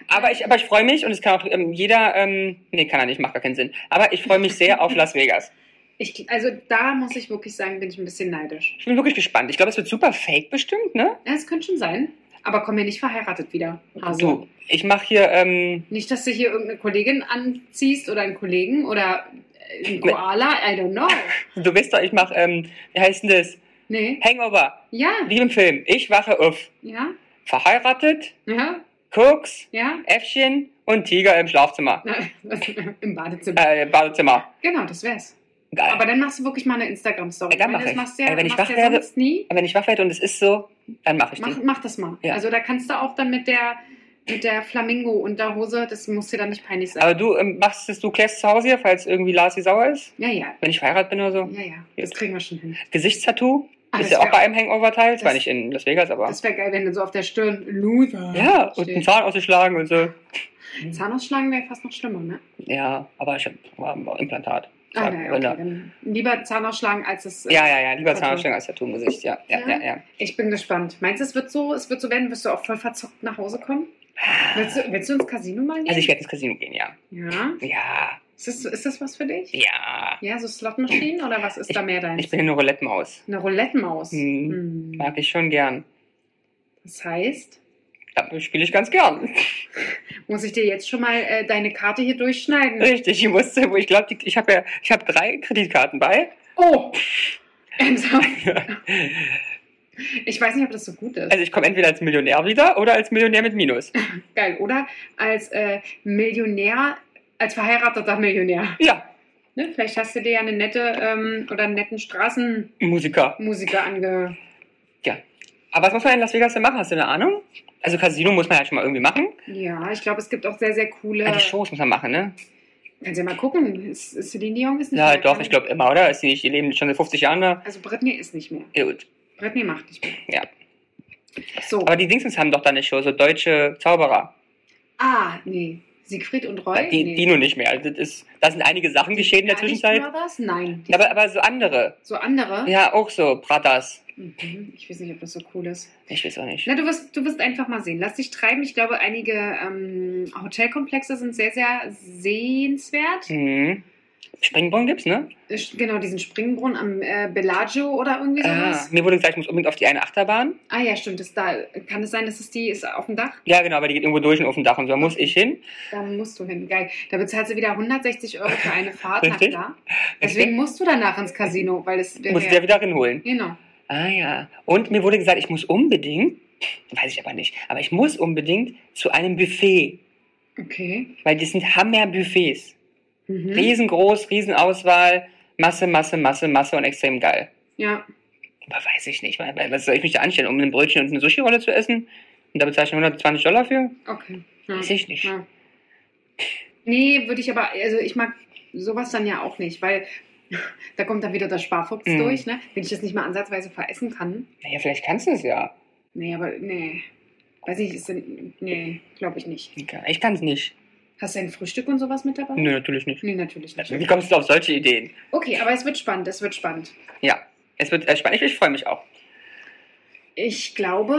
[SPEAKER 2] Aber ich, aber ich freue mich und es kann auch ähm, jeder, ähm, nee, kann er nicht, macht gar keinen Sinn. Aber ich freue mich sehr auf Las Vegas.
[SPEAKER 1] Ich, also da muss ich wirklich sagen, bin ich ein bisschen neidisch.
[SPEAKER 2] Ich bin wirklich gespannt. Ich glaube, es wird super fake bestimmt, ne?
[SPEAKER 1] Ja, es könnte schon sein. Aber komm mir nicht verheiratet wieder. Also.
[SPEAKER 2] Du, ich mache hier, ähm,
[SPEAKER 1] Nicht, dass du hier irgendeine Kollegin anziehst oder einen Kollegen oder äh, einen Koala, I don't know.
[SPEAKER 2] du weißt doch, ich mache, ähm, wie heißt denn das?
[SPEAKER 1] Nee.
[SPEAKER 2] Hangover,
[SPEAKER 1] Ja,
[SPEAKER 2] wie im Film. Ich wache auf.
[SPEAKER 1] ja,
[SPEAKER 2] Verheiratet,
[SPEAKER 1] ja,
[SPEAKER 2] Koks,
[SPEAKER 1] ja.
[SPEAKER 2] Äffchen und Tiger im Schlafzimmer.
[SPEAKER 1] Im Badezimmer.
[SPEAKER 2] Äh, Badezimmer.
[SPEAKER 1] Genau, das wär's.
[SPEAKER 2] Geil.
[SPEAKER 1] Aber dann machst du wirklich mal eine Instagram-Story.
[SPEAKER 2] Ja, dann
[SPEAKER 1] Ich meine, das
[SPEAKER 2] mach ich.
[SPEAKER 1] machst du ja,
[SPEAKER 2] Aber wenn ich
[SPEAKER 1] machst
[SPEAKER 2] wach
[SPEAKER 1] du ja
[SPEAKER 2] werde-
[SPEAKER 1] sonst nie.
[SPEAKER 2] Aber wenn ich wach werde und es ist so, dann mache ich
[SPEAKER 1] Mach,
[SPEAKER 2] den.
[SPEAKER 1] mach das mal.
[SPEAKER 2] Ja.
[SPEAKER 1] Also da kannst du auch dann mit der, mit der Flamingo-Unterhose, das muss dir dann nicht peinlich sein.
[SPEAKER 2] Aber du ähm, machst es, du klärst zu Hause hier, falls irgendwie Larsi sauer ist,
[SPEAKER 1] ja, ja,
[SPEAKER 2] wenn ich verheiratet bin oder so.
[SPEAKER 1] ja, ja, das
[SPEAKER 2] Gut.
[SPEAKER 1] kriegen wir schon hin.
[SPEAKER 2] Gesichtstattoo
[SPEAKER 1] Ah,
[SPEAKER 2] ist
[SPEAKER 1] das
[SPEAKER 2] ja auch
[SPEAKER 1] wär-
[SPEAKER 2] bei einem Hangover teil. Zwar
[SPEAKER 1] das-
[SPEAKER 2] nicht in Las Vegas, aber.
[SPEAKER 1] Das wäre geil, wenn du so auf der Stirn Loser
[SPEAKER 2] Ja, und einen
[SPEAKER 1] steht.
[SPEAKER 2] Zahn ausgeschlagen und so.
[SPEAKER 1] Zahnausschlagen wäre fast noch schlimmer, ne?
[SPEAKER 2] Ja, aber ich habe Implantat.
[SPEAKER 1] Ah,
[SPEAKER 2] Sag,
[SPEAKER 1] naja,
[SPEAKER 2] wenn
[SPEAKER 1] okay,
[SPEAKER 2] da-
[SPEAKER 1] dann lieber Zahnausschlagen als das. äh,
[SPEAKER 2] Ja, ja, ja, lieber
[SPEAKER 1] Tattoo.
[SPEAKER 2] Zahnstein als Tattoo im Gesicht. Ja, ja,
[SPEAKER 1] Ja?
[SPEAKER 2] ja. ja, ja.
[SPEAKER 1] Ich bin gespannt. Meinst du, es wird so, es wird so werden, wirst du auch voll verzockt nach Hause kommen? Willst du, willst du ins Casino mal gehen?
[SPEAKER 2] Also ich werde ins Casino gehen, ja.
[SPEAKER 1] ja.
[SPEAKER 2] Ja,
[SPEAKER 1] Ist das, ist das was für dich?
[SPEAKER 2] ja.
[SPEAKER 1] Ja, so Slotmaschinen oder was ist da mehr deins?
[SPEAKER 2] Ich bin eine Roulette-Maus.
[SPEAKER 1] Eine Roulettenmaus.
[SPEAKER 2] Mhm.
[SPEAKER 1] Hm.
[SPEAKER 2] Mag ich schon gern.
[SPEAKER 1] Das heißt,
[SPEAKER 2] Da spiele ich ganz gern.
[SPEAKER 1] muss ich dir jetzt schon mal äh, deine Karte hier durchschneiden?
[SPEAKER 2] Richtig, ich musste, wo ich glaube, ich habe ja, ich habe drei Kreditkarten bei.
[SPEAKER 1] Oh! Ernsthaft? Ich weiß nicht, ob das so gut ist.
[SPEAKER 2] Also ich komme entweder als Millionär wieder oder als Millionär mit Minus.
[SPEAKER 1] Geil, oder? Als äh, Millionär, als verheirateter Millionär.
[SPEAKER 2] Ja,
[SPEAKER 1] Ne? Vielleicht hast du dir ja eine nette ähm, oder einen netten Straßenmusiker
[SPEAKER 2] Musiker.
[SPEAKER 1] ange.
[SPEAKER 2] Aber was muss man in Las Vegas denn machen? Hast du eine Ahnung? Also Casino muss man ja schon mal irgendwie machen.
[SPEAKER 1] Ja, ich glaube, es gibt auch sehr, sehr coole.
[SPEAKER 2] Ja. Die Shows muss man machen, ne?
[SPEAKER 1] Kannst ja mal gucken. Ist, ist Celine Dion ist nicht
[SPEAKER 2] Ja,
[SPEAKER 1] mehr.
[SPEAKER 2] doch, ich glaube immer, oder? Ist die nicht, die leben schon seit 50 Jahren da.
[SPEAKER 1] Also Britney ist nicht mehr.
[SPEAKER 2] Ja, gut.
[SPEAKER 1] Britney macht nicht mehr.
[SPEAKER 2] Ja.
[SPEAKER 1] So.
[SPEAKER 2] Aber die Dingsens haben doch da eine Show, so deutsche Zauberer.
[SPEAKER 1] ah, nee. Siegfried und Roy?
[SPEAKER 2] die,
[SPEAKER 1] nee.
[SPEAKER 2] die nur nicht mehr. Also Das ist, da sind einige Sachen geschehen in der
[SPEAKER 1] Ehrlich
[SPEAKER 2] Zwischenzeit.
[SPEAKER 1] Brothers? Nein. Die
[SPEAKER 2] Aber, aber so andere.
[SPEAKER 1] so andere?
[SPEAKER 2] Ja, auch so, Pratas.
[SPEAKER 1] Mhm. Ich weiß nicht, ob das so cool ist.
[SPEAKER 2] Ich weiß auch nicht.
[SPEAKER 1] Na, du wirst, du wirst einfach mal sehen. Lass dich treiben. Ich glaube, einige ähm, Hotelkomplexe sind sehr, sehr sehenswert.
[SPEAKER 2] Mhm. Springbrunnen gibt's, ne?
[SPEAKER 1] Äh, Genau, diesen Springbrunnen am äh, Bellagio oder irgendwie
[SPEAKER 2] Ah,
[SPEAKER 1] sowas.
[SPEAKER 2] mir wurde gesagt, ich muss unbedingt auf die eine Achterbahn.
[SPEAKER 1] Ah ja, stimmt. Das da, kann es sein, dass es die ist auf dem Dach?
[SPEAKER 2] Ja, genau, aber die geht irgendwo durch und auf dem Dach und so. Da muss ich hin.
[SPEAKER 1] Da musst du hin. Geil. Da bezahlst du wieder 160 Euro für eine Fahrt, na
[SPEAKER 2] Richtig.
[SPEAKER 1] klar. Deswegen musst du danach ins Casino, weil es
[SPEAKER 2] muss ich ja wieder hinholen.
[SPEAKER 1] Genau.
[SPEAKER 2] Ah ja. Und mir wurde gesagt, ich muss unbedingt, weiß ich aber nicht, aber ich muss unbedingt zu einem Buffet.
[SPEAKER 1] Okay.
[SPEAKER 2] Weil das sind Hammer-Buffets.
[SPEAKER 1] Mhm.
[SPEAKER 2] Riesengroß, Riesenauswahl, Masse, Masse, Masse, Masse und extrem geil.
[SPEAKER 1] Ja.
[SPEAKER 2] Aber weiß ich nicht, weil, weil was soll ich mich da anstellen, um ein Brötchen und eine Sushi-Rolle zu essen? Und da bezahle ich 120 Dollar für?
[SPEAKER 1] Mhm. Okay. Ja.
[SPEAKER 2] Weiß ich nicht.
[SPEAKER 1] Ja. Nee, würde ich aber, also ich mag sowas dann ja auch nicht, weil da kommt dann wieder der Sparfuchs
[SPEAKER 2] Mhm.
[SPEAKER 1] durch, ne? Wenn ich das nicht mal ansatzweise veressen kann.
[SPEAKER 2] Naja, vielleicht kannst du es ja.
[SPEAKER 1] Nee, aber nee. Weiß nicht, ist denn, nee, glaube ich nicht.
[SPEAKER 2] Ich kann es nicht.
[SPEAKER 1] Hast du ein Frühstück und sowas mit dabei?
[SPEAKER 2] Nö, natürlich nicht.
[SPEAKER 1] Nee, natürlich
[SPEAKER 2] Wie
[SPEAKER 1] nicht.
[SPEAKER 2] kommst du auf solche Ideen?
[SPEAKER 1] Okay, aber es wird spannend, es wird spannend.
[SPEAKER 2] Ja, es wird äh, spannend. Ich, ich freue mich auch.
[SPEAKER 1] Ich glaube,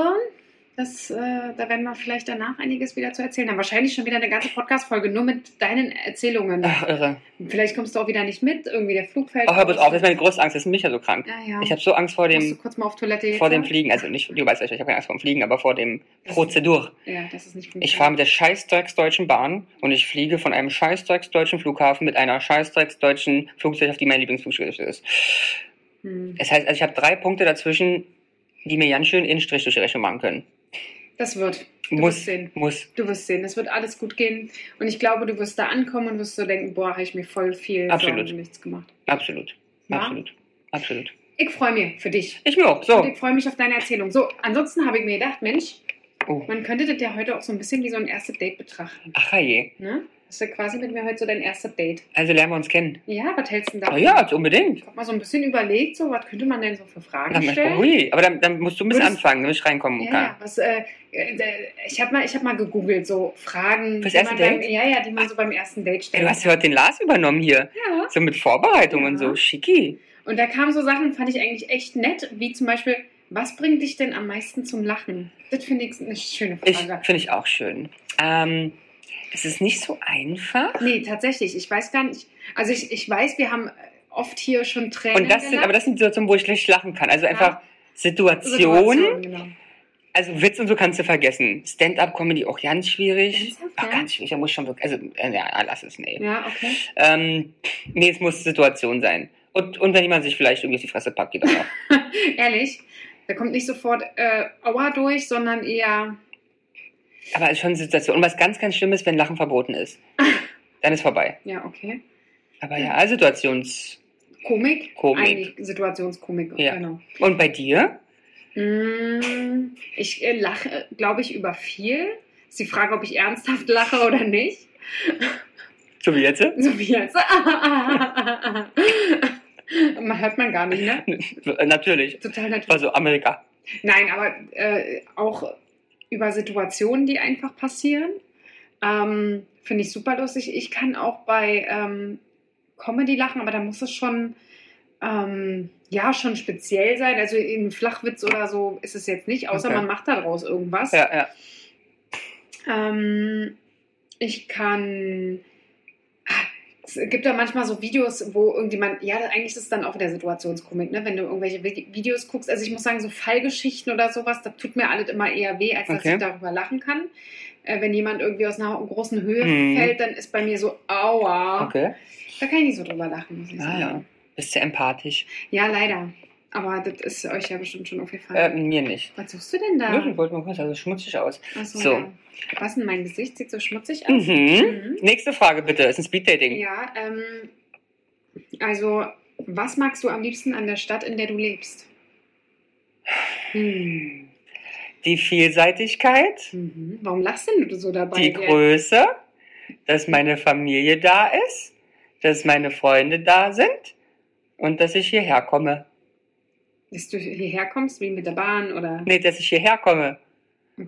[SPEAKER 1] dass, äh, da werden wir vielleicht danach einiges wieder zu erzählen haben. Wahrscheinlich schon wieder eine ganze Podcast-Folge nur mit deinen Erzählungen.
[SPEAKER 2] Ach, irre.
[SPEAKER 1] Vielleicht kommst du auch wieder nicht mit, irgendwie der Flug fällt.
[SPEAKER 2] Oh, hör bloß auf, das ist
[SPEAKER 1] ja,
[SPEAKER 2] meine große Angst. Das ist mich ja so krank.
[SPEAKER 1] ja.
[SPEAKER 2] Ich habe so Angst vor
[SPEAKER 1] Musst
[SPEAKER 2] dem,
[SPEAKER 1] du kurz mal auf Toilette jetzt
[SPEAKER 2] vor dem
[SPEAKER 1] mal?
[SPEAKER 2] Fliegen. Also nicht, du weißt ja, ich habe keine Angst vor dem Fliegen, aber vor dem Prozedur.
[SPEAKER 1] Ja, das ist nicht
[SPEAKER 2] Ich fahre mit der scheißdrecks deutschen Bahn und ich fliege von einem scheißdrecks deutschen Flughafen mit einer scheißdrecks deutschen Fluggesellschaft, die meine Lieblingsfluggesellschaft ist.
[SPEAKER 1] Hm.
[SPEAKER 2] Es heißt, also ich habe drei Punkte dazwischen, die mir ganz schön in Strich durch die Rechnung machen können.
[SPEAKER 1] Das wird. Du wirst
[SPEAKER 2] Muss,
[SPEAKER 1] sehen.
[SPEAKER 2] muss.
[SPEAKER 1] Du wirst sehen. Es wird alles gut gehen. Und ich glaube, du wirst da ankommen und wirst so denken, boah, habe ich mir voll viel
[SPEAKER 2] Absolut.
[SPEAKER 1] Sorgen und nichts gemacht.
[SPEAKER 2] Absolut.
[SPEAKER 1] Ja?
[SPEAKER 2] Absolut. Absolut.
[SPEAKER 1] Ich freue mich für dich.
[SPEAKER 2] Ich mir auch.
[SPEAKER 1] Und
[SPEAKER 2] So.
[SPEAKER 1] ich freue mich auf deine Erzählung. So, ansonsten habe ich mir gedacht, Mensch,
[SPEAKER 2] Oh.
[SPEAKER 1] man könnte das ja heute auch so ein bisschen wie so ein erstes Date betrachten.
[SPEAKER 2] Ach je.
[SPEAKER 1] Ne? Das ist ja quasi mit mir heute so dein erstes Date.
[SPEAKER 2] Also lernen wir uns kennen.
[SPEAKER 1] Ja, was hältst du denn
[SPEAKER 2] Oh
[SPEAKER 1] davon?
[SPEAKER 2] ja, also unbedingt.
[SPEAKER 1] Ich hab mal so ein bisschen überlegt, so, was könnte man denn so für Fragen
[SPEAKER 2] Dann,
[SPEAKER 1] stellen?
[SPEAKER 2] ui, aber dann, dann musst du ein bisschen
[SPEAKER 1] Würdest-
[SPEAKER 2] anfangen, damit ich reinkommen
[SPEAKER 1] Ja, ja,
[SPEAKER 2] kann.
[SPEAKER 1] was, äh, äh, ich habe mal, ich hab mal gegoogelt, so Fragen,
[SPEAKER 2] Fürs
[SPEAKER 1] die man
[SPEAKER 2] erste
[SPEAKER 1] beim,
[SPEAKER 2] Date?
[SPEAKER 1] ja, ja, die man so beim ersten Date
[SPEAKER 2] Ey,
[SPEAKER 1] stellt.
[SPEAKER 2] du hast ja heute den Lars übernommen hier.
[SPEAKER 1] ja.
[SPEAKER 2] So mit Vorbereitung und
[SPEAKER 1] Ja.
[SPEAKER 2] so. Schicki.
[SPEAKER 1] Und da kamen so Sachen, fand ich eigentlich echt nett, wie zum Beispiel, was bringt dich denn am meisten zum Lachen? Das finde ich eine schöne
[SPEAKER 2] Ich,
[SPEAKER 1] Frage.
[SPEAKER 2] Finde ich auch schön. Ähm, es ist nicht so einfach.
[SPEAKER 1] nee, tatsächlich, ich weiß gar nicht. Also ich, ich weiß, wir haben oft hier schon Tränen
[SPEAKER 2] Und das sind,
[SPEAKER 1] gelacht.
[SPEAKER 2] aber das sind Situationen, wo ich schlecht lachen kann. Also einfach Situationen.
[SPEAKER 1] Situationen, genau.
[SPEAKER 2] Also Witz und so kannst du vergessen. Stand-up-Comedy auch ganz schwierig.
[SPEAKER 1] Ernsthaft,
[SPEAKER 2] Auch
[SPEAKER 1] ja?
[SPEAKER 2] ganz schwierig. Da muss ich schon wirklich. Also, äh, ja, lass es, nee.
[SPEAKER 1] Ja, genau. okay.
[SPEAKER 2] Ähm, nee, es muss Situation sein. Und, und wenn jemand sich vielleicht irgendwie auf die Fresse packt, geht das auch.
[SPEAKER 1] Ehrlich, da kommt nicht sofort äh, Aua durch, sondern eher.
[SPEAKER 2] Aber es ist schon eine Situation. Und was ganz, ganz schlimm ist, wenn Lachen verboten ist. Dann ist vorbei.
[SPEAKER 1] Ja, okay.
[SPEAKER 2] Aber ja, all Situations.
[SPEAKER 1] Komik?
[SPEAKER 2] Komik.
[SPEAKER 1] Eigentlich Situationskomik,
[SPEAKER 2] Ja.
[SPEAKER 1] genau.
[SPEAKER 2] Und bei dir?
[SPEAKER 1] Mm, Ich äh, lache, glaube ich, über viel. Ist die Frage, ob ich ernsthaft lache oder nicht.
[SPEAKER 2] So wie jetzt?
[SPEAKER 1] So wie jetzt. Man hört man gar nicht, ne?
[SPEAKER 2] äh, Natürlich.
[SPEAKER 1] Total natürlich.
[SPEAKER 2] Also Amerika.
[SPEAKER 1] Nein, aber äh, auch über Situationen, die einfach passieren. Ähm, Finde ich super lustig. Ich kann auch bei ähm, Comedy lachen, aber da muss es schon, ähm, ja, schon speziell sein. Also in Flachwitz oder so ist es jetzt nicht, außer
[SPEAKER 2] Okay.
[SPEAKER 1] man macht daraus irgendwas.
[SPEAKER 2] Ja, ja.
[SPEAKER 1] Ähm, ich kann. Ah, Es gibt ja manchmal so Videos, wo irgendjemand, ja, eigentlich ist es dann auch wieder Situationskomik, ne? wenn du irgendwelche Vi- Videos guckst. Also ich muss sagen, so Fallgeschichten oder sowas, da tut mir alles immer eher weh, als dass
[SPEAKER 2] Okay.
[SPEAKER 1] ich darüber lachen kann. Äh, wenn jemand irgendwie aus einer großen Höhe
[SPEAKER 2] Mhm.
[SPEAKER 1] fällt, dann ist bei mir so, aua.
[SPEAKER 2] Okay.
[SPEAKER 1] Da kann ich nicht so drüber lachen. Muss ich
[SPEAKER 2] Ah, ja.
[SPEAKER 1] sagen.
[SPEAKER 2] Bist du empathisch?
[SPEAKER 1] ja, leider. Aber das ist euch ja bestimmt schon
[SPEAKER 2] Äh,
[SPEAKER 1] aufgefallen.
[SPEAKER 2] mir nicht.
[SPEAKER 1] Was suchst du denn da?
[SPEAKER 2] Nö, Ich wollte mal kurz, also schmutzig aus.
[SPEAKER 1] Achso,
[SPEAKER 2] so.
[SPEAKER 1] ja. Was denn, mein Gesicht sieht so schmutzig aus?
[SPEAKER 2] Mhm.
[SPEAKER 1] Mhm.
[SPEAKER 2] Nächste Frage bitte. Ist ein Speeddating.
[SPEAKER 1] Ja, ähm, also, was magst du am liebsten an der Stadt, in der du lebst? Hm.
[SPEAKER 2] Die Vielseitigkeit,
[SPEAKER 1] Mhm. Warum lachst denn du so dabei?
[SPEAKER 2] die Größe, dass meine Familie da ist, dass meine Freunde da sind und dass ich hierher komme.
[SPEAKER 1] Dass du hierher kommst, wie mit der Bahn oder.
[SPEAKER 2] Nee, dass ich hierher komme.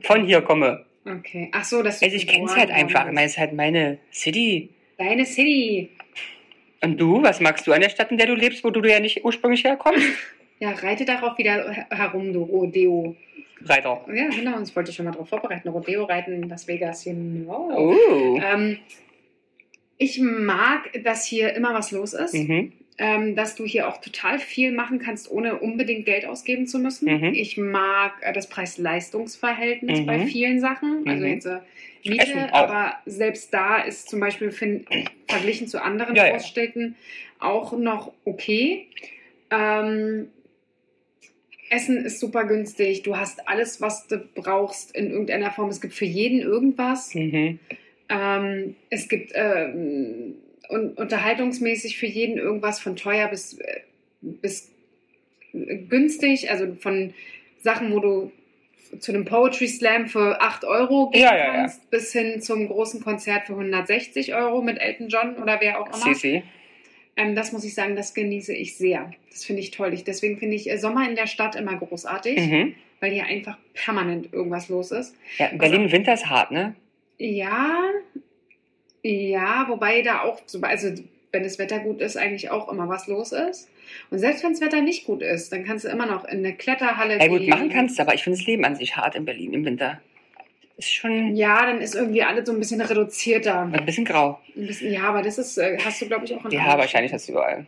[SPEAKER 2] Von hier komme.
[SPEAKER 1] Okay. Ach so, dass du.
[SPEAKER 2] Also ich
[SPEAKER 1] geboren
[SPEAKER 2] kenn's halt
[SPEAKER 1] worden
[SPEAKER 2] einfach. Ich
[SPEAKER 1] bist.
[SPEAKER 2] meine, es ist halt meine City.
[SPEAKER 1] Deine City.
[SPEAKER 2] Und du, was magst du an der Stadt, in der du lebst, wo du ja nicht ursprünglich herkommst?
[SPEAKER 1] Ja, reite darauf wieder her- herum, du Rodeo.
[SPEAKER 2] Reiter.
[SPEAKER 1] Ja, genau, ich wollte dich schon mal darauf vorbereiten. Rodeo reiten in Las Vegas. Genau.
[SPEAKER 2] Oh.
[SPEAKER 1] Ähm, ich mag, dass hier immer was los ist.
[SPEAKER 2] Mhm.
[SPEAKER 1] ähm, dass du hier auch total viel machen kannst, ohne unbedingt Geld ausgeben zu müssen.
[SPEAKER 2] Mhm.
[SPEAKER 1] Ich mag äh, das Preis-Leistungs-Verhältnis
[SPEAKER 2] Mhm.
[SPEAKER 1] bei vielen Sachen. Also
[SPEAKER 2] Mhm.
[SPEAKER 1] jetzt äh,
[SPEAKER 2] Essen
[SPEAKER 1] Miete,
[SPEAKER 2] auch.
[SPEAKER 1] aber selbst da ist zum Beispiel fin- verglichen zu anderen
[SPEAKER 2] Ja, ja.
[SPEAKER 1] Großstädten auch noch okay. Ähm, Essen ist super günstig. Du hast alles, was du brauchst in irgendeiner Form. Es gibt für jeden irgendwas.
[SPEAKER 2] Mhm.
[SPEAKER 1] Ähm, es gibt ähm, un unterhaltungsmäßig für jeden irgendwas von teuer bis, äh, bis äh, günstig, also von Sachen, wo du zu einem Poetry Slam für 8 Euro gehen
[SPEAKER 2] Ja, ja, ja.
[SPEAKER 1] kannst, bis hin zum großen Konzert für 160 Euro mit Elton John oder wer auch immer.
[SPEAKER 2] Sisi.
[SPEAKER 1] Ähm, das muss ich sagen, das genieße ich sehr. Das finde ich toll. Ich, deswegen finde ich äh, Sommer in der Stadt immer großartig,
[SPEAKER 2] Mhm.
[SPEAKER 1] weil hier einfach permanent irgendwas los ist.
[SPEAKER 2] Ja, in Berlin Winter ist hart, ne?
[SPEAKER 1] Ja, ja, wobei da auch, so- also wenn das Wetter gut ist, eigentlich auch immer was los ist. Und selbst wenn das Wetter nicht gut ist, dann kannst du immer noch in eine Kletterhalle
[SPEAKER 2] Ja, gut,
[SPEAKER 1] gehen.
[SPEAKER 2] machen kannst du, aber ich finde das Leben an sich hart in Berlin im Winter. Ist schon
[SPEAKER 1] Ja, dann ist irgendwie alles so ein bisschen reduzierter. Ein
[SPEAKER 2] ein bisschen grau.
[SPEAKER 1] bisschen, ja, aber das ist, äh, hast du, glaube ich, auch in
[SPEAKER 2] Ja,
[SPEAKER 1] anderen
[SPEAKER 2] wahrscheinlich
[SPEAKER 1] Städten.
[SPEAKER 2] hast du überall.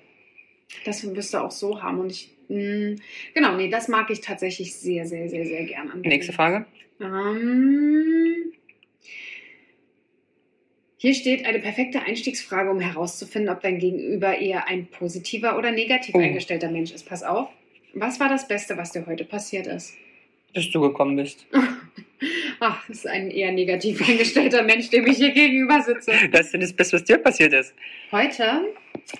[SPEAKER 1] Das wirst du auch so haben. Und ich, mh, genau, nee, das mag ich tatsächlich sehr, sehr, sehr, sehr gern. an
[SPEAKER 2] Nächste Frage.
[SPEAKER 1] Ähm, hier steht eine perfekte Einstiegsfrage, um herauszufinden, ob dein Gegenüber eher ein positiver oder negativ
[SPEAKER 2] Oh.
[SPEAKER 1] eingestellter Mensch ist. Pass auf. Was war das Beste, was dir heute passiert ist?
[SPEAKER 2] Bis du gekommen bist.
[SPEAKER 1] Ach, das ist ein eher negativ eingestellter Mensch, dem ich hier gegenüber sitze.
[SPEAKER 2] Das ist das Beste, was dir passiert ist.
[SPEAKER 1] Heute,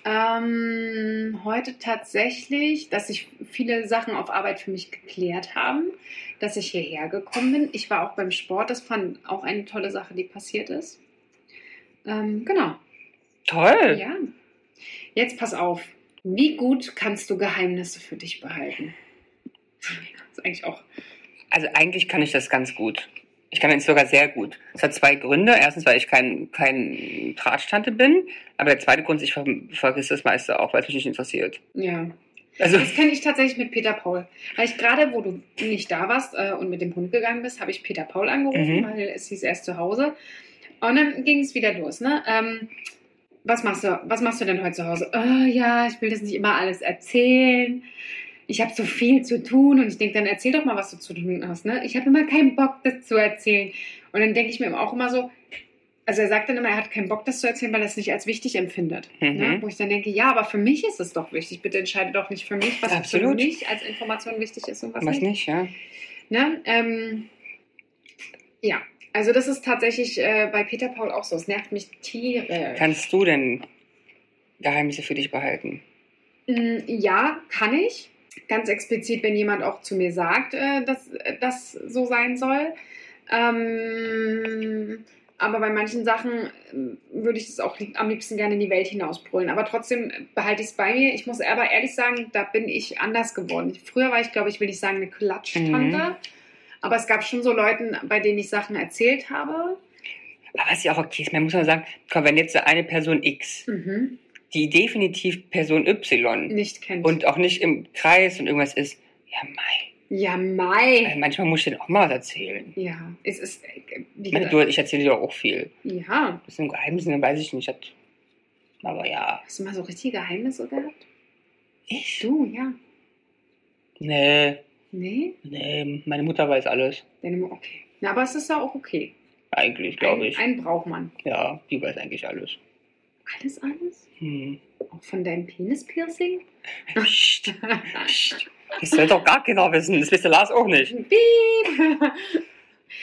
[SPEAKER 1] ähm, heute tatsächlich, dass ich viele Sachen auf Arbeit für mich geklärt haben, dass ich hierher gekommen bin. Ich war auch beim Sport, das fand auch eine tolle Sache, die passiert ist. Ähm, genau.
[SPEAKER 2] Toll.
[SPEAKER 1] Ja. Jetzt pass auf. Wie gut kannst du Geheimnisse für dich behalten? Das ist eigentlich auch.
[SPEAKER 2] Also eigentlich kann ich das ganz gut. Ich kann es sogar sehr gut. Es hat zwei Gründe. Erstens, weil ich kein, kein Tratstante bin. Aber der zweite Grund ist, ich ver vergesse das meiste auch, weil es mich nicht interessiert.
[SPEAKER 1] Ja.
[SPEAKER 2] Also,
[SPEAKER 1] Das kenne ich tatsächlich mit Peter Paul. Weil ich gerade, wo du nicht da warst äh, und mit dem Hund gegangen bist, habe ich Peter Paul angerufen,
[SPEAKER 2] Mhm.
[SPEAKER 1] weil es hieß, er ist zu Hause. Und dann ging es wieder los, ne? Ähm, was machst du? Was machst du denn heute zu Hause? Oh, ja, ich will das nicht immer alles erzählen. Ich habe so viel zu tun und ich denke, dann erzähl doch mal, was du zu tun hast. Ne? Ich habe immer keinen Bock, das zu erzählen. Und dann denke ich mir auch immer so, also er sagt dann immer, er hat keinen Bock, das zu erzählen, weil er es nicht als wichtig empfindet.
[SPEAKER 2] Mhm.
[SPEAKER 1] Ne? Wo ich dann denke, ja, aber für mich ist es doch wichtig. Bitte entscheide doch nicht für mich, was für
[SPEAKER 2] Absolut.
[SPEAKER 1] mich als Information wichtig ist und was,
[SPEAKER 2] Was
[SPEAKER 1] nicht.
[SPEAKER 2] nicht, ja.
[SPEAKER 1] Ne? Ähm, ja, also das ist tatsächlich äh, bei Peter Paul auch so. Es nervt mich Tiere.
[SPEAKER 2] Kannst du denn Geheimnisse für dich behalten?
[SPEAKER 1] Mm, Ja, kann ich. Ganz explizit, wenn jemand auch zu mir sagt, äh, dass äh, das so sein soll. Ähm, aber bei manchen Sachen ähm, würde ich es auch li- am liebsten gerne in die Welt hinausbrüllen. Aber trotzdem äh, behalte ich es bei mir. Ich muss aber ehrlich sagen, da bin ich anders geworden. Früher war ich, glaube ich, will ich sagen, eine Klatschtante.
[SPEAKER 2] Mhm.
[SPEAKER 1] Aber es gab schon so Leuten, bei denen ich Sachen erzählt habe.
[SPEAKER 2] Aber was ja auch okay ist, man muss mal sagen, komm, wenn jetzt eine Person X,
[SPEAKER 1] Mhm.
[SPEAKER 2] die definitiv Person Y
[SPEAKER 1] Nicht kennt.
[SPEAKER 2] und auch nicht im Kreis und irgendwas ist, ja mei,
[SPEAKER 1] ja, Mai.
[SPEAKER 2] also manchmal muss ich denen auch mal was erzählen.
[SPEAKER 1] Ja, es ist, äh, wie
[SPEAKER 2] Ich meine,
[SPEAKER 1] gesagt,
[SPEAKER 2] du, ich erzähle dir doch auch viel.
[SPEAKER 1] ja.
[SPEAKER 2] Das ist ein Geheimnis, dann weiß ich nicht. Das, aber ja,
[SPEAKER 1] Hast du mal so richtige Geheimnisse gehabt?
[SPEAKER 2] ich?
[SPEAKER 1] Du, ja.
[SPEAKER 2] Nee,
[SPEAKER 1] Nee?
[SPEAKER 2] nee, meine Mutter weiß alles.
[SPEAKER 1] Deine Mu- okay. Na, aber es ist ja auch okay.
[SPEAKER 2] Eigentlich, glaube ich.
[SPEAKER 1] Ein, einen braucht man.
[SPEAKER 2] Ja, die weiß eigentlich alles.
[SPEAKER 1] Alles, alles?
[SPEAKER 2] Hm.
[SPEAKER 1] Auch von deinem Penis-Piercing?
[SPEAKER 2] Psst, psst. Das soll doch gar keiner wissen. Das wisst der Lars auch nicht.
[SPEAKER 1] Piep!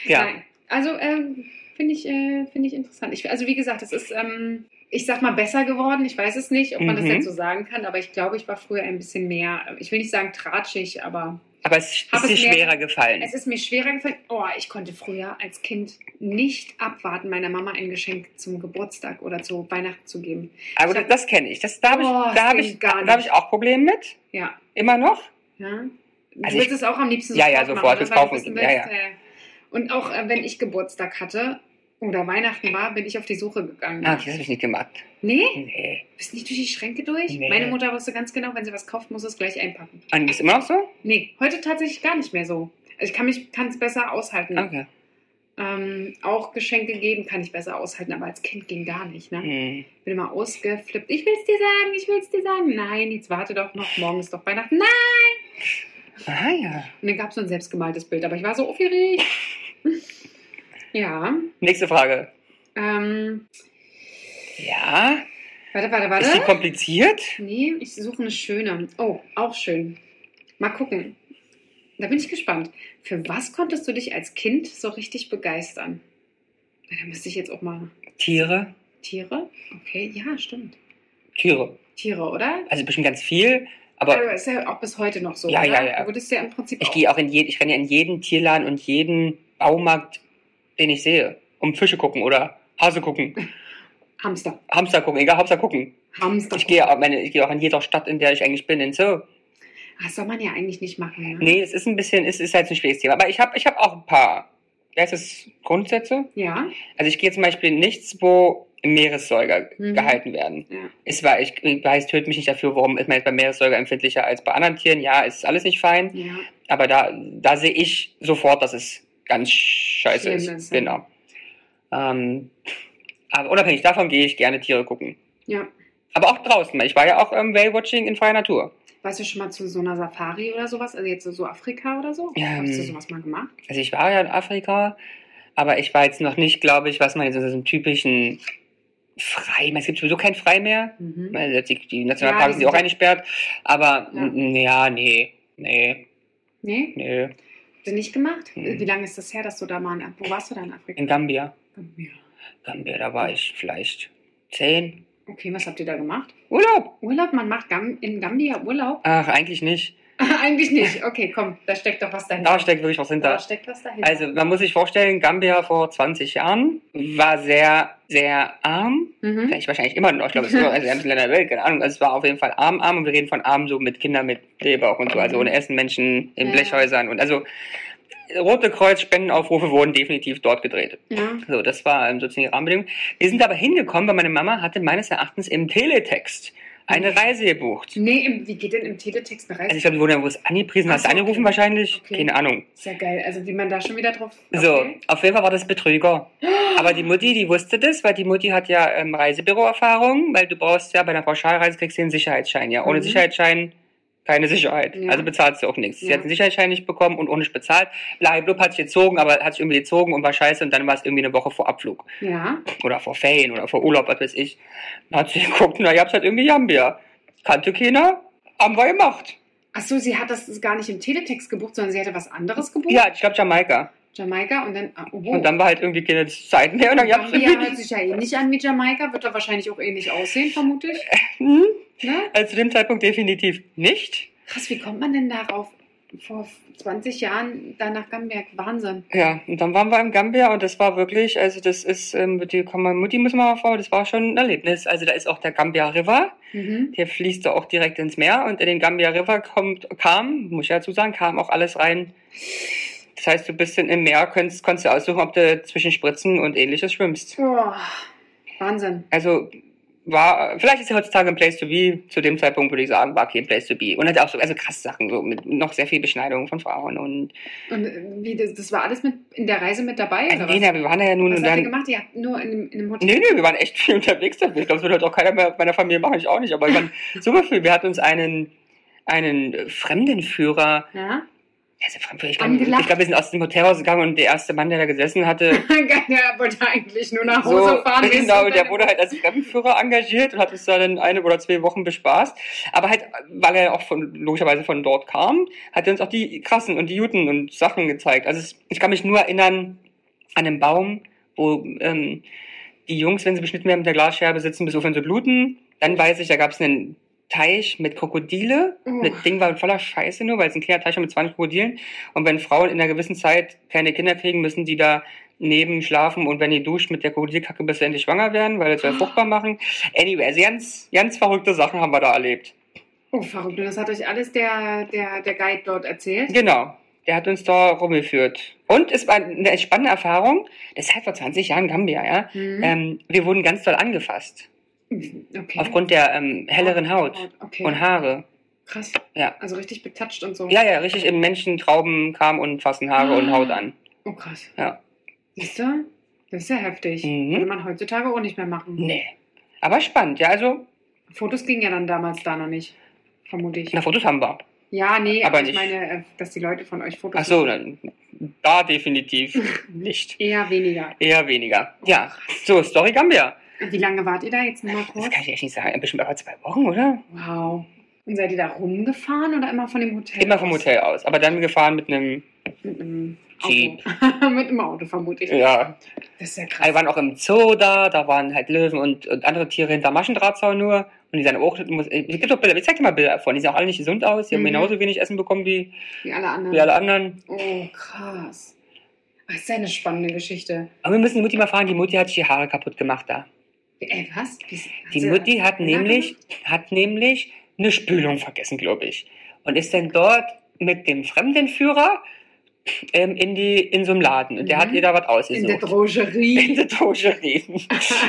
[SPEAKER 2] Ja.
[SPEAKER 1] Nein. Also, ähm, finde ich, äh, finde ich interessant. Ich, also, wie gesagt, es ist, ähm, ich sag mal, besser geworden. Ich weiß es nicht, ob man das
[SPEAKER 2] Mhm.
[SPEAKER 1] jetzt so sagen kann, aber ich glaube, ich war früher ein bisschen mehr, ich will nicht sagen tratschig, aber
[SPEAKER 2] Aber es ist
[SPEAKER 1] Hab
[SPEAKER 2] dir
[SPEAKER 1] es mehr-
[SPEAKER 2] schwerer gefallen.
[SPEAKER 1] Es ist mir schwerer gefallen. Oh, ich konnte früher als Kind nicht abwarten, meiner Mama ein Geschenk zum Geburtstag oder zu Weihnachten zu geben.
[SPEAKER 2] aber
[SPEAKER 1] ich
[SPEAKER 2] das,
[SPEAKER 1] hab-
[SPEAKER 2] das kenne ich. Das, da habe ich,
[SPEAKER 1] Oh, das
[SPEAKER 2] da hab
[SPEAKER 1] ging
[SPEAKER 2] ich,
[SPEAKER 1] gar
[SPEAKER 2] da hab
[SPEAKER 1] nicht.
[SPEAKER 2] ich auch Probleme mit.
[SPEAKER 1] Ja.
[SPEAKER 2] Immer noch.
[SPEAKER 1] ja. Du
[SPEAKER 2] Also
[SPEAKER 1] willst
[SPEAKER 2] ich-
[SPEAKER 1] es auch am liebsten
[SPEAKER 2] Ja, ja, sofort,
[SPEAKER 1] machen,
[SPEAKER 2] will's
[SPEAKER 1] ne? Weil du
[SPEAKER 2] kaufen
[SPEAKER 1] wissen
[SPEAKER 2] gehen, ja,
[SPEAKER 1] willst, äh, Und auch äh, wenn ich Geburtstag hatte oder Weihnachten war, bin ich auf die Suche gegangen.
[SPEAKER 2] Ah, das habe ich nicht gemacht.
[SPEAKER 1] Nee?
[SPEAKER 2] Nee.
[SPEAKER 1] Bist nicht durch die Schränke durch?
[SPEAKER 2] Nee.
[SPEAKER 1] Meine Mutter wusste ganz genau, wenn sie was kauft, muss sie es gleich einpacken.
[SPEAKER 2] Und ist immer noch so?
[SPEAKER 1] Nee, heute tatsächlich gar nicht mehr so. Also ich kann mich kann es besser aushalten.
[SPEAKER 2] Okay.
[SPEAKER 1] Ähm, auch Geschenke geben kann ich besser aushalten, aber als Kind ging gar nicht. Ne?
[SPEAKER 2] Hm.
[SPEAKER 1] bin immer ausgeflippt. Ich will's dir sagen, ich will's dir sagen. Nein, jetzt warte doch noch, morgen ist doch Weihnachten. Nein!
[SPEAKER 2] Ah ja.
[SPEAKER 1] Und dann gab es so ein selbstgemaltes Bild, aber ich war so aufgeregt. ja.
[SPEAKER 2] Nächste Frage.
[SPEAKER 1] Ähm,
[SPEAKER 2] Ja.
[SPEAKER 1] warte, warte,
[SPEAKER 2] Ist die
[SPEAKER 1] warte.
[SPEAKER 2] kompliziert?
[SPEAKER 1] Nee, ich suche eine schöne. Oh, auch schön. Mal gucken. Da bin ich gespannt. Für was konntest du dich als Kind so richtig begeistern? Na, Da müsste ich jetzt auch mal.
[SPEAKER 2] Tiere?
[SPEAKER 1] Tiere? Okay, ja, stimmt.
[SPEAKER 2] Tiere.
[SPEAKER 1] Tiere, oder?
[SPEAKER 2] Also bestimmt ganz viel, aber
[SPEAKER 1] Aber ist ja auch bis heute noch so.
[SPEAKER 2] Ja,
[SPEAKER 1] oder?
[SPEAKER 2] ja, ja.
[SPEAKER 1] Du würdest ja im Prinzip
[SPEAKER 2] ich
[SPEAKER 1] auch
[SPEAKER 2] gehe auch in jeden, ich renne ja in jeden Tierladen und jeden Baumarkt, den ich sehe, um Fische gucken oder Hase gucken,
[SPEAKER 1] Hamster.
[SPEAKER 2] Hamster gucken, egal, Hamster gucken.
[SPEAKER 1] Hamster.
[SPEAKER 2] Ich gehe auch, meine, ich gehe auch in jeder Stadt, in der ich eigentlich bin, in so.
[SPEAKER 1] Das Ah, soll man ja eigentlich nicht machen. Ne?
[SPEAKER 2] Nee, es ist ein bisschen, es ist halt ein schwieriges Thema, aber ich habe ich hab auch ein paar, wie heißt das, Grundsätze?
[SPEAKER 1] Ja,
[SPEAKER 2] Also ich gehe zum Beispiel in nichts, wo Meeressäuger
[SPEAKER 1] Mhm.
[SPEAKER 2] gehalten werden.
[SPEAKER 1] Ja.
[SPEAKER 2] Es war, ich weiß, tötet mich nicht dafür, warum ist man jetzt bei Meeressäuger empfindlicher als bei anderen Tieren. Ja, es ist alles nicht fein.
[SPEAKER 1] ja.
[SPEAKER 2] Aber da, da sehe ich sofort, dass es ganz scheiße
[SPEAKER 1] Schlimm
[SPEAKER 2] ist.
[SPEAKER 1] ist, ja.
[SPEAKER 2] Genau. Ähm, aber unabhängig davon gehe ich gerne Tiere gucken.
[SPEAKER 1] Ja.
[SPEAKER 2] Aber auch draußen. Ich war ja auch ähm, Whale-Watching in freier Natur.
[SPEAKER 1] Warst du schon mal zu so einer Safari oder sowas? Also jetzt so Afrika oder so?
[SPEAKER 2] Ja,
[SPEAKER 1] Hast du
[SPEAKER 2] ähm,
[SPEAKER 1] sowas mal gemacht?
[SPEAKER 2] Also ich war ja in Afrika, aber ich war jetzt noch nicht, glaube ich, was man jetzt in so einem typischen Freimeer, es gibt sowieso kein Freimeer.
[SPEAKER 1] Mhm.
[SPEAKER 2] Also die, die
[SPEAKER 1] Ja,
[SPEAKER 2] Nationalparks
[SPEAKER 1] die
[SPEAKER 2] sind ja auch
[SPEAKER 1] sind-
[SPEAKER 2] eingesperrt. Aber
[SPEAKER 1] Ja.
[SPEAKER 2] n- ja, nee, nee,
[SPEAKER 1] Nee,
[SPEAKER 2] nee.
[SPEAKER 1] hast du nicht gemacht?
[SPEAKER 2] Mhm.
[SPEAKER 1] Wie lange ist das her, dass du da mal in, Wo warst du da in Afrika? Oh,
[SPEAKER 2] In Gambia.
[SPEAKER 1] Ja.
[SPEAKER 2] Gambia, da war ich vielleicht zehn.
[SPEAKER 1] Okay, was habt ihr da gemacht?
[SPEAKER 2] Urlaub.
[SPEAKER 1] Urlaub, man macht Gam in Gambia Urlaub?
[SPEAKER 2] Ach, eigentlich nicht.
[SPEAKER 1] eigentlich nicht. Okay, komm, da steckt doch was dahinter.
[SPEAKER 2] Da steckt wirklich was
[SPEAKER 1] Da
[SPEAKER 2] hinter.
[SPEAKER 1] steckt was dahinter.
[SPEAKER 2] Also man muss sich vorstellen, Gambia vor 20 Jahren war sehr, sehr arm.
[SPEAKER 1] mhm.
[SPEAKER 2] Vielleicht wahrscheinlich immer noch, ich glaube, es ist immer also die ganzen Länder der Welt, keine Ahnung. Also es war auf jeden Fall arm, arm und wir reden von arm so mit Kindern, mit Leber und so, also ohne Essen, Menschen in
[SPEAKER 1] Mhm. Ja.
[SPEAKER 2] Blechhäusern und also Rote Kreuz Spendenaufrufe wurden definitiv dort gedreht.
[SPEAKER 1] ja.
[SPEAKER 2] So, das war ähm, sozusagen die Rahmenbedingung. Wir sind aber hingekommen, weil meine Mama hatte meines Erachtens im Teletext
[SPEAKER 1] Mhm.
[SPEAKER 2] eine Reise gebucht.
[SPEAKER 1] Nee, im, wie geht denn im Teletext eine Reise?
[SPEAKER 2] Also ich glaube, die wurden ja wo es angepriesen, hast
[SPEAKER 1] Ach
[SPEAKER 2] du
[SPEAKER 1] so,
[SPEAKER 2] angerufen
[SPEAKER 1] okay.
[SPEAKER 2] wahrscheinlich?
[SPEAKER 1] Okay.
[SPEAKER 2] Keine Ahnung.
[SPEAKER 1] ist ja geil. Also wie man da schon wieder drauf...
[SPEAKER 2] So,
[SPEAKER 1] Okay.
[SPEAKER 2] auf jeden Fall war das Betrüger. Aber die Mutti, die wusste das, weil die Mutti hat ja ähm, Reisebüroerfahrung, weil du brauchst ja bei einer Pauschalreise kriegst du den Sicherheitsschein. Ja, ohne
[SPEAKER 1] Mhm.
[SPEAKER 2] Sicherheitsschein keine Sicherheit.
[SPEAKER 1] Ja.
[SPEAKER 2] Also bezahlst du auch nichts. Sie
[SPEAKER 1] Ja.
[SPEAKER 2] hat einen Sicherheitsschein nicht bekommen und ohne nicht bezahlt. Blablabla hat sich gezogen, aber hat sich irgendwie gezogen und war scheiße und dann war es irgendwie eine Woche vor Abflug.
[SPEAKER 1] Ja.
[SPEAKER 2] Oder vor Ferien oder vor Urlaub, was weiß ich. Dann hat sie geguckt, na, ihr habt halt irgendwie Jambia. Kannte keiner, haben wir gemacht.
[SPEAKER 1] Ach so, sie hat das gar nicht im Teletext gebucht, sondern sie hatte was anderes gebucht.
[SPEAKER 2] Ja, ich glaube Jamaika.
[SPEAKER 1] Jamaika und dann. ah, Oh,
[SPEAKER 2] Und dann war halt irgendwie keine Zeit mehr und dann gab's
[SPEAKER 1] Gambia
[SPEAKER 2] irgendwie
[SPEAKER 1] hört sich ja ähnlich an wie Jamaika, wird da wahrscheinlich auch ähnlich aussehen, vermute ich.
[SPEAKER 2] Hm?
[SPEAKER 1] Ne?
[SPEAKER 2] Also zu dem Zeitpunkt definitiv nicht.
[SPEAKER 1] Krass, wie kommt man denn darauf, vor 20 Jahren da nach Gamberg? Wahnsinn.
[SPEAKER 2] Ja, und dann waren wir im Gambia und das war wirklich, also das ist, ähm, die kann man, Mutti muss man mal vor, das war schon ein Erlebnis. Also da ist auch der Gambia River,
[SPEAKER 1] Mhm.
[SPEAKER 2] der fließt da auch direkt ins Meer und in den Gambia River kommt, kam, muss ich dazu sagen, kam auch alles rein. Das heißt, du bist in- im Meer, kannst, kannst du aussuchen, ob du zwischen Spritzen und ähnliches schwimmst.
[SPEAKER 1] Oh, Wahnsinn.
[SPEAKER 2] Also war, vielleicht ist ja heutzutage ein Place to be, zu dem Zeitpunkt würde ich sagen, war kein Place to be. Und hat auch so, also krasse Sachen, so mit noch sehr viel Beschneidung von Frauen und
[SPEAKER 1] Und äh, wie, das, das war alles mit in der Reise mit dabei?
[SPEAKER 2] Äh,
[SPEAKER 1] Oder
[SPEAKER 2] Nee,
[SPEAKER 1] was?
[SPEAKER 2] nee, wir waren ja nun
[SPEAKER 1] was
[SPEAKER 2] und
[SPEAKER 1] habt ihr
[SPEAKER 2] dann.
[SPEAKER 1] gemacht? Ihr habt nur in, einem- in einem Hotel.
[SPEAKER 2] Nee, nee, wir waren echt viel unterwegs dafür. Ich glaube, es würde heute auch keiner mehr meiner Familie machen, ich auch nicht. Aber wir waren super viel. Wir hatten uns einen, einen äh, Fremdenführer.
[SPEAKER 1] Ja?
[SPEAKER 2] Also, Fremdenführer, ich glaube,
[SPEAKER 1] Angelacht.
[SPEAKER 2] ich glaub, wir sind aus dem Hotel rausgegangen und der erste Mann, der da gesessen hatte,
[SPEAKER 1] der wollte eigentlich nur nach
[SPEAKER 2] so,
[SPEAKER 1] Hause fahren. Wir
[SPEAKER 2] genau,
[SPEAKER 1] sind
[SPEAKER 2] der
[SPEAKER 1] dann-
[SPEAKER 2] wurde halt als Fremdenführer engagiert und hat uns da dann eine oder zwei Wochen bespaßt. Aber halt, weil er auch von, logischerweise von dort kam, hat er uns auch die krassen und die Juten und Sachen gezeigt. Also es, ich kann mich nur erinnern an einen Baum, wo ähm, die Jungs, wenn sie beschnitten werden mit der Glasscherbe, sitzen bis aufhören zu bluten. Dann weiß ich, da gab es einen Teich mit Krokodile.
[SPEAKER 1] Oh.
[SPEAKER 2] Das Ding war voller Scheiße nur, weil es ein kleiner Teich war mit 20 Krokodilen. Und wenn Frauen in einer gewissen Zeit keine Kinder kriegen, müssen die da neben schlafen und wenn die duscht mit der Krokodilkacke, bis sie endlich schwanger werden, weil das
[SPEAKER 1] Ah.
[SPEAKER 2] soll fruchtbar machen. Anyway, also ganz, ganz verrückte Sachen haben wir da erlebt.
[SPEAKER 1] Oh, verrückt. Und das hat euch alles der, der, der Guide dort erzählt?
[SPEAKER 2] Genau. Der hat uns da rumgeführt. Und es war eine spannende Erfahrung. Das ist halt vor 20 Jahren Gambia, ja.
[SPEAKER 1] Mhm.
[SPEAKER 2] Ähm, wir wurden ganz doll angefasst.
[SPEAKER 1] okay.
[SPEAKER 2] Aufgrund der ähm, helleren Haut
[SPEAKER 1] Okay.
[SPEAKER 2] und Haare.
[SPEAKER 1] Krass.
[SPEAKER 2] Ja.
[SPEAKER 1] Also richtig betatscht und so.
[SPEAKER 2] Ja, ja, richtig. Im Menschen Trauben kamen und fassen Haare und Haut an.
[SPEAKER 1] Oh, krass.
[SPEAKER 2] Ja.
[SPEAKER 1] Siehst du? Das ist ja heftig.
[SPEAKER 2] Mhm.
[SPEAKER 1] Würde man heutzutage auch nicht mehr machen.
[SPEAKER 2] Nee. Aber spannend, ja. Also,
[SPEAKER 1] Fotos gingen ja dann damals da noch nicht. Vermute ich.
[SPEAKER 2] na, Fotos haben wir.
[SPEAKER 1] Ja, nee,
[SPEAKER 2] Aber
[SPEAKER 1] aber, ich
[SPEAKER 2] nicht-
[SPEAKER 1] meine, äh, dass die Leute von euch Fotos
[SPEAKER 2] Ach so,
[SPEAKER 1] machen.
[SPEAKER 2] dann, da definitiv nicht.
[SPEAKER 1] Eher weniger.
[SPEAKER 2] Eher weniger. Ja. So, Story Gambia.
[SPEAKER 1] Und Wie lange wart ihr da jetzt nochmal
[SPEAKER 2] Das
[SPEAKER 1] kurz?
[SPEAKER 2] kann ich echt nicht sagen. Bestimmt aber zwei Wochen, oder?
[SPEAKER 1] Wow. Und seid ihr da rumgefahren oder immer von dem Hotel?
[SPEAKER 2] Immer vom
[SPEAKER 1] aus?
[SPEAKER 2] Hotel aus. Aber dann gefahren mit einem,
[SPEAKER 1] Mit einem
[SPEAKER 2] Jeep.
[SPEAKER 1] Auto. Mit einem Auto, vermute ich.
[SPEAKER 2] ja,
[SPEAKER 1] Das ist ja krass.
[SPEAKER 2] Also Wir waren auch im Zoo da, da waren halt Löwen und, und andere Tiere hinter Maschendrahtzaun nur. Und die sind auch, es gibt doch Bilder, ich zeig dir mal Bilder davon, die sehen auch alle nicht gesund aus, die
[SPEAKER 1] Mhm.
[SPEAKER 2] haben genauso wenig Essen bekommen wie,
[SPEAKER 1] Wie alle anderen.
[SPEAKER 2] wie alle anderen.
[SPEAKER 1] Oh, krass. Das ist ja eine spannende Geschichte.
[SPEAKER 2] Aber wir müssen die Mutti mal fragen, die Mutti hat sich die Haare kaputt gemacht da.
[SPEAKER 1] Ey, was? also, Die,
[SPEAKER 2] Die Mutti hat
[SPEAKER 1] genau,
[SPEAKER 2] nämlich, hat nämlich eine Spülung vergessen, glaube ich. Und ist dann dort mit dem Fremdenführer ähm, in, die, in so einem Laden. Und der
[SPEAKER 1] Mhm.
[SPEAKER 2] hat ihr da was
[SPEAKER 1] In der
[SPEAKER 2] ausgesucht. In
[SPEAKER 1] Drogerie.
[SPEAKER 2] der Drogerie.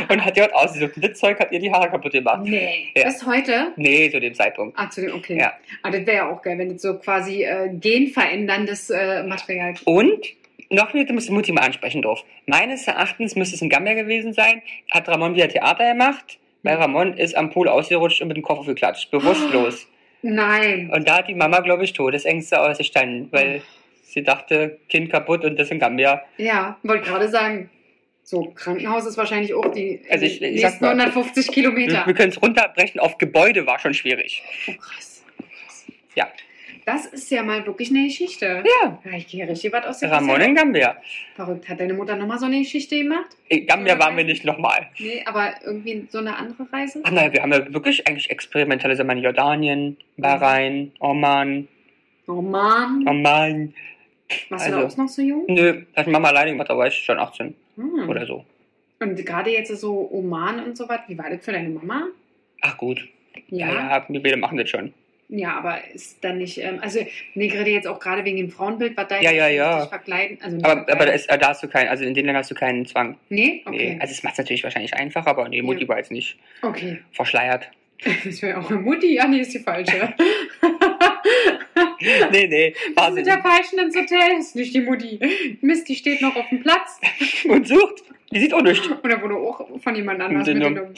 [SPEAKER 2] und hat ihr was ausgesucht. Und das Zeug hat ihr die Haare kaputt gemacht.
[SPEAKER 1] nee.
[SPEAKER 2] Ja.
[SPEAKER 1] Bis heute?
[SPEAKER 2] Nee, zu dem Zeitpunkt.
[SPEAKER 1] Ah, zu dem, okay.
[SPEAKER 2] Ja.
[SPEAKER 1] Ah, das wäre ja auch geil, wenn das so quasi äh, genveränderndes äh, Material.
[SPEAKER 2] Und noch eine, muss Mutti mal ansprechen drauf. Meines Erachtens müsste es ein Gambia gewesen sein. Hat Ramon wieder Theater gemacht,
[SPEAKER 1] Mhm.
[SPEAKER 2] weil Ramon ist am Pool ausgerutscht und mit dem Koffer geklatscht. Bewusstlos.
[SPEAKER 1] Nein.
[SPEAKER 2] Und da hat die Mama, glaube ich, Todesängste ausgestanden, weil sie dachte, Kind kaputt und das in Gambia.
[SPEAKER 1] Ja, wollte gerade sagen. So, Krankenhaus ist wahrscheinlich auch die
[SPEAKER 2] Also ich-
[SPEAKER 1] die
[SPEAKER 2] ich sag
[SPEAKER 1] nächsten
[SPEAKER 2] mal-
[SPEAKER 1] 150 Kilometer.
[SPEAKER 2] Wir können es runterbrechen auf Gebäude, war schon schwierig.
[SPEAKER 1] Oh, krass. oh, krass.
[SPEAKER 2] Ja.
[SPEAKER 1] Das ist ja mal wirklich eine Geschichte.
[SPEAKER 2] Ja,
[SPEAKER 1] Ja, ich gehe richtig was aus der
[SPEAKER 2] Ramon in Gambia.
[SPEAKER 1] Kasse. Verrückt. Hat deine Mutter nochmal so eine Geschichte gemacht?
[SPEAKER 2] In Gambia waren wir nicht nochmal.
[SPEAKER 1] Nee, aber irgendwie so eine andere Reise?
[SPEAKER 2] Ach nein, wir haben ja wirklich eigentlich experimentelle Sachen in Jordanien, Bahrain, Oman,
[SPEAKER 1] Oh Mann.
[SPEAKER 2] Oman.
[SPEAKER 1] Warst du da
[SPEAKER 2] also-
[SPEAKER 1] auch noch so jung?
[SPEAKER 2] Nö, das hat Mama alleine gemacht, da war ich schon 18
[SPEAKER 1] Hm.
[SPEAKER 2] oder so.
[SPEAKER 1] Und gerade jetzt so Oman und so was, wie war das für deine Mama?
[SPEAKER 2] Ach gut, ja,
[SPEAKER 1] Ja.
[SPEAKER 2] ja, wir beide machen das schon.
[SPEAKER 1] Ja, aber ist dann nicht, ähm, also, nee, gerade jetzt auch gerade wegen dem Frauenbild, was da
[SPEAKER 2] Ja, ja, ja.
[SPEAKER 1] sich verkleiden. Also nicht
[SPEAKER 2] Aber, aber da,
[SPEAKER 1] verkleiden.
[SPEAKER 2] ist, da hast du keinen, also in den Ländern hast du keinen Zwang.
[SPEAKER 1] Nee?
[SPEAKER 2] Nee.
[SPEAKER 1] Okay.
[SPEAKER 2] Also es macht es natürlich wahrscheinlich einfacher, aber nee, Mutti
[SPEAKER 1] Ja.
[SPEAKER 2] war jetzt nicht
[SPEAKER 1] okay.
[SPEAKER 2] verschleiert.
[SPEAKER 1] Das wäre auch eine Mutti. Ja, nee, ist die falsche.
[SPEAKER 2] nee, nee,
[SPEAKER 1] Was
[SPEAKER 2] war
[SPEAKER 1] ist
[SPEAKER 2] sie
[SPEAKER 1] mit der
[SPEAKER 2] nicht.
[SPEAKER 1] Falschen ins Hotel? Ist nicht die Mutti. Mist, die steht noch auf dem Platz.
[SPEAKER 2] Und sucht, die sieht undicht.
[SPEAKER 1] Oder wurde auch von jemand anders
[SPEAKER 2] Mitgenommen.
[SPEAKER 1] mitgenommen.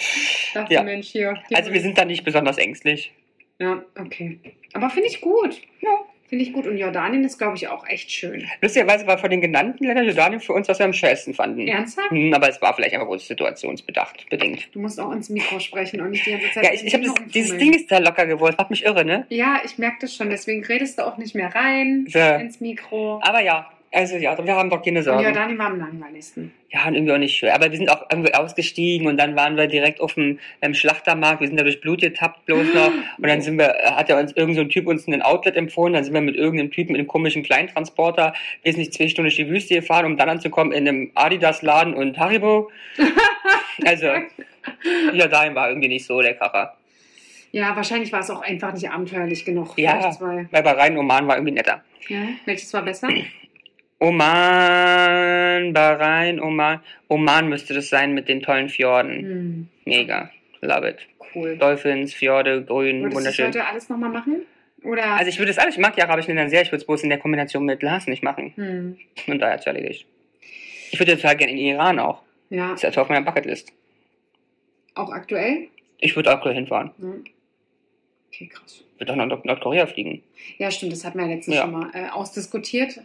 [SPEAKER 1] Dachte,
[SPEAKER 2] Ja.
[SPEAKER 1] Mensch, hier. die
[SPEAKER 2] Also wir
[SPEAKER 1] Mutti.
[SPEAKER 2] sind da nicht besonders ängstlich.
[SPEAKER 1] Ja, okay. Aber finde ich gut. Ja. Finde ich gut. Und Jordanien ist, glaube ich, auch echt schön.
[SPEAKER 2] Lustigerweise war von den genannten Ländern Jordanien für uns, was wir am schwersten fanden.
[SPEAKER 1] Ernsthaft?
[SPEAKER 2] Hm, aber es war vielleicht einfach uns situationsbedacht bedingt.
[SPEAKER 1] Du musst auch ins Mikro sprechen und nicht die ganze Zeit.
[SPEAKER 2] Ja, ich, ich habe
[SPEAKER 1] nur
[SPEAKER 2] dieses
[SPEAKER 1] rumfummeln.
[SPEAKER 2] Ding ist da locker geworden. Macht mich irre, ne?
[SPEAKER 1] Ja, ich merke das schon. Deswegen redest du auch nicht mehr rein
[SPEAKER 2] So.
[SPEAKER 1] ins Mikro.
[SPEAKER 2] Aber ja, also ja, wir haben doch keine
[SPEAKER 1] Und
[SPEAKER 2] Sorgen. Ja,
[SPEAKER 1] Jordanien war am langweiligsten.
[SPEAKER 2] und irgendwie auch nicht schön. Aber wir sind auch irgendwie ausgestiegen und dann waren wir direkt auf dem ähm, Schlachtermarkt. Wir sind da durch Blut getappt bloß noch. Und dann sind wir, äh, hat ja uns irgendein so ein Typ uns einen Outlet empfohlen. Dann sind wir mit irgendeinem Typen in einem komischen Kleintransporter wesentlich zwei Stunden durch die Wüste gefahren, um dann anzukommen in einem Adidas-Laden und Haribo. also, Jordanien war irgendwie nicht so der Kracher.
[SPEAKER 1] Ja, wahrscheinlich war es auch einfach nicht abenteuerlich genug.
[SPEAKER 2] Ja.
[SPEAKER 1] Vielleicht Zwei.
[SPEAKER 2] Weil bei Bahrain Oman war irgendwie netter.
[SPEAKER 1] ja. Welches war besser?
[SPEAKER 2] Oman, Bahrain, Oman. Oman müsste das sein mit den tollen Fjorden.
[SPEAKER 1] Hm,
[SPEAKER 2] Mega. Love it.
[SPEAKER 1] cool.
[SPEAKER 2] Dolphins, Fjorde, grün,
[SPEAKER 1] Würdest du das
[SPEAKER 2] wunderschön.
[SPEAKER 1] heute alles nochmal machen? Oder?
[SPEAKER 2] Also ich würde es alles, ich mag die arabischen Länder sehr, ich würde es bloß in der Kombination mit Lars nicht machen.
[SPEAKER 1] hm,
[SPEAKER 2] Und daher zu erledigt. Ich würde total gerne in den Iran auch.
[SPEAKER 1] ja,
[SPEAKER 2] Das ist also auf meiner Bucketlist.
[SPEAKER 1] auch aktuell?
[SPEAKER 2] Ich würde auch gleich hinfahren.
[SPEAKER 1] Hm. Okay, krass.
[SPEAKER 2] Ich würde auch nach Nord- Nordkorea fliegen.
[SPEAKER 1] Ja, stimmt, das hatten wir ja letztens
[SPEAKER 2] Ja.
[SPEAKER 1] schon mal äh, ausdiskutiert.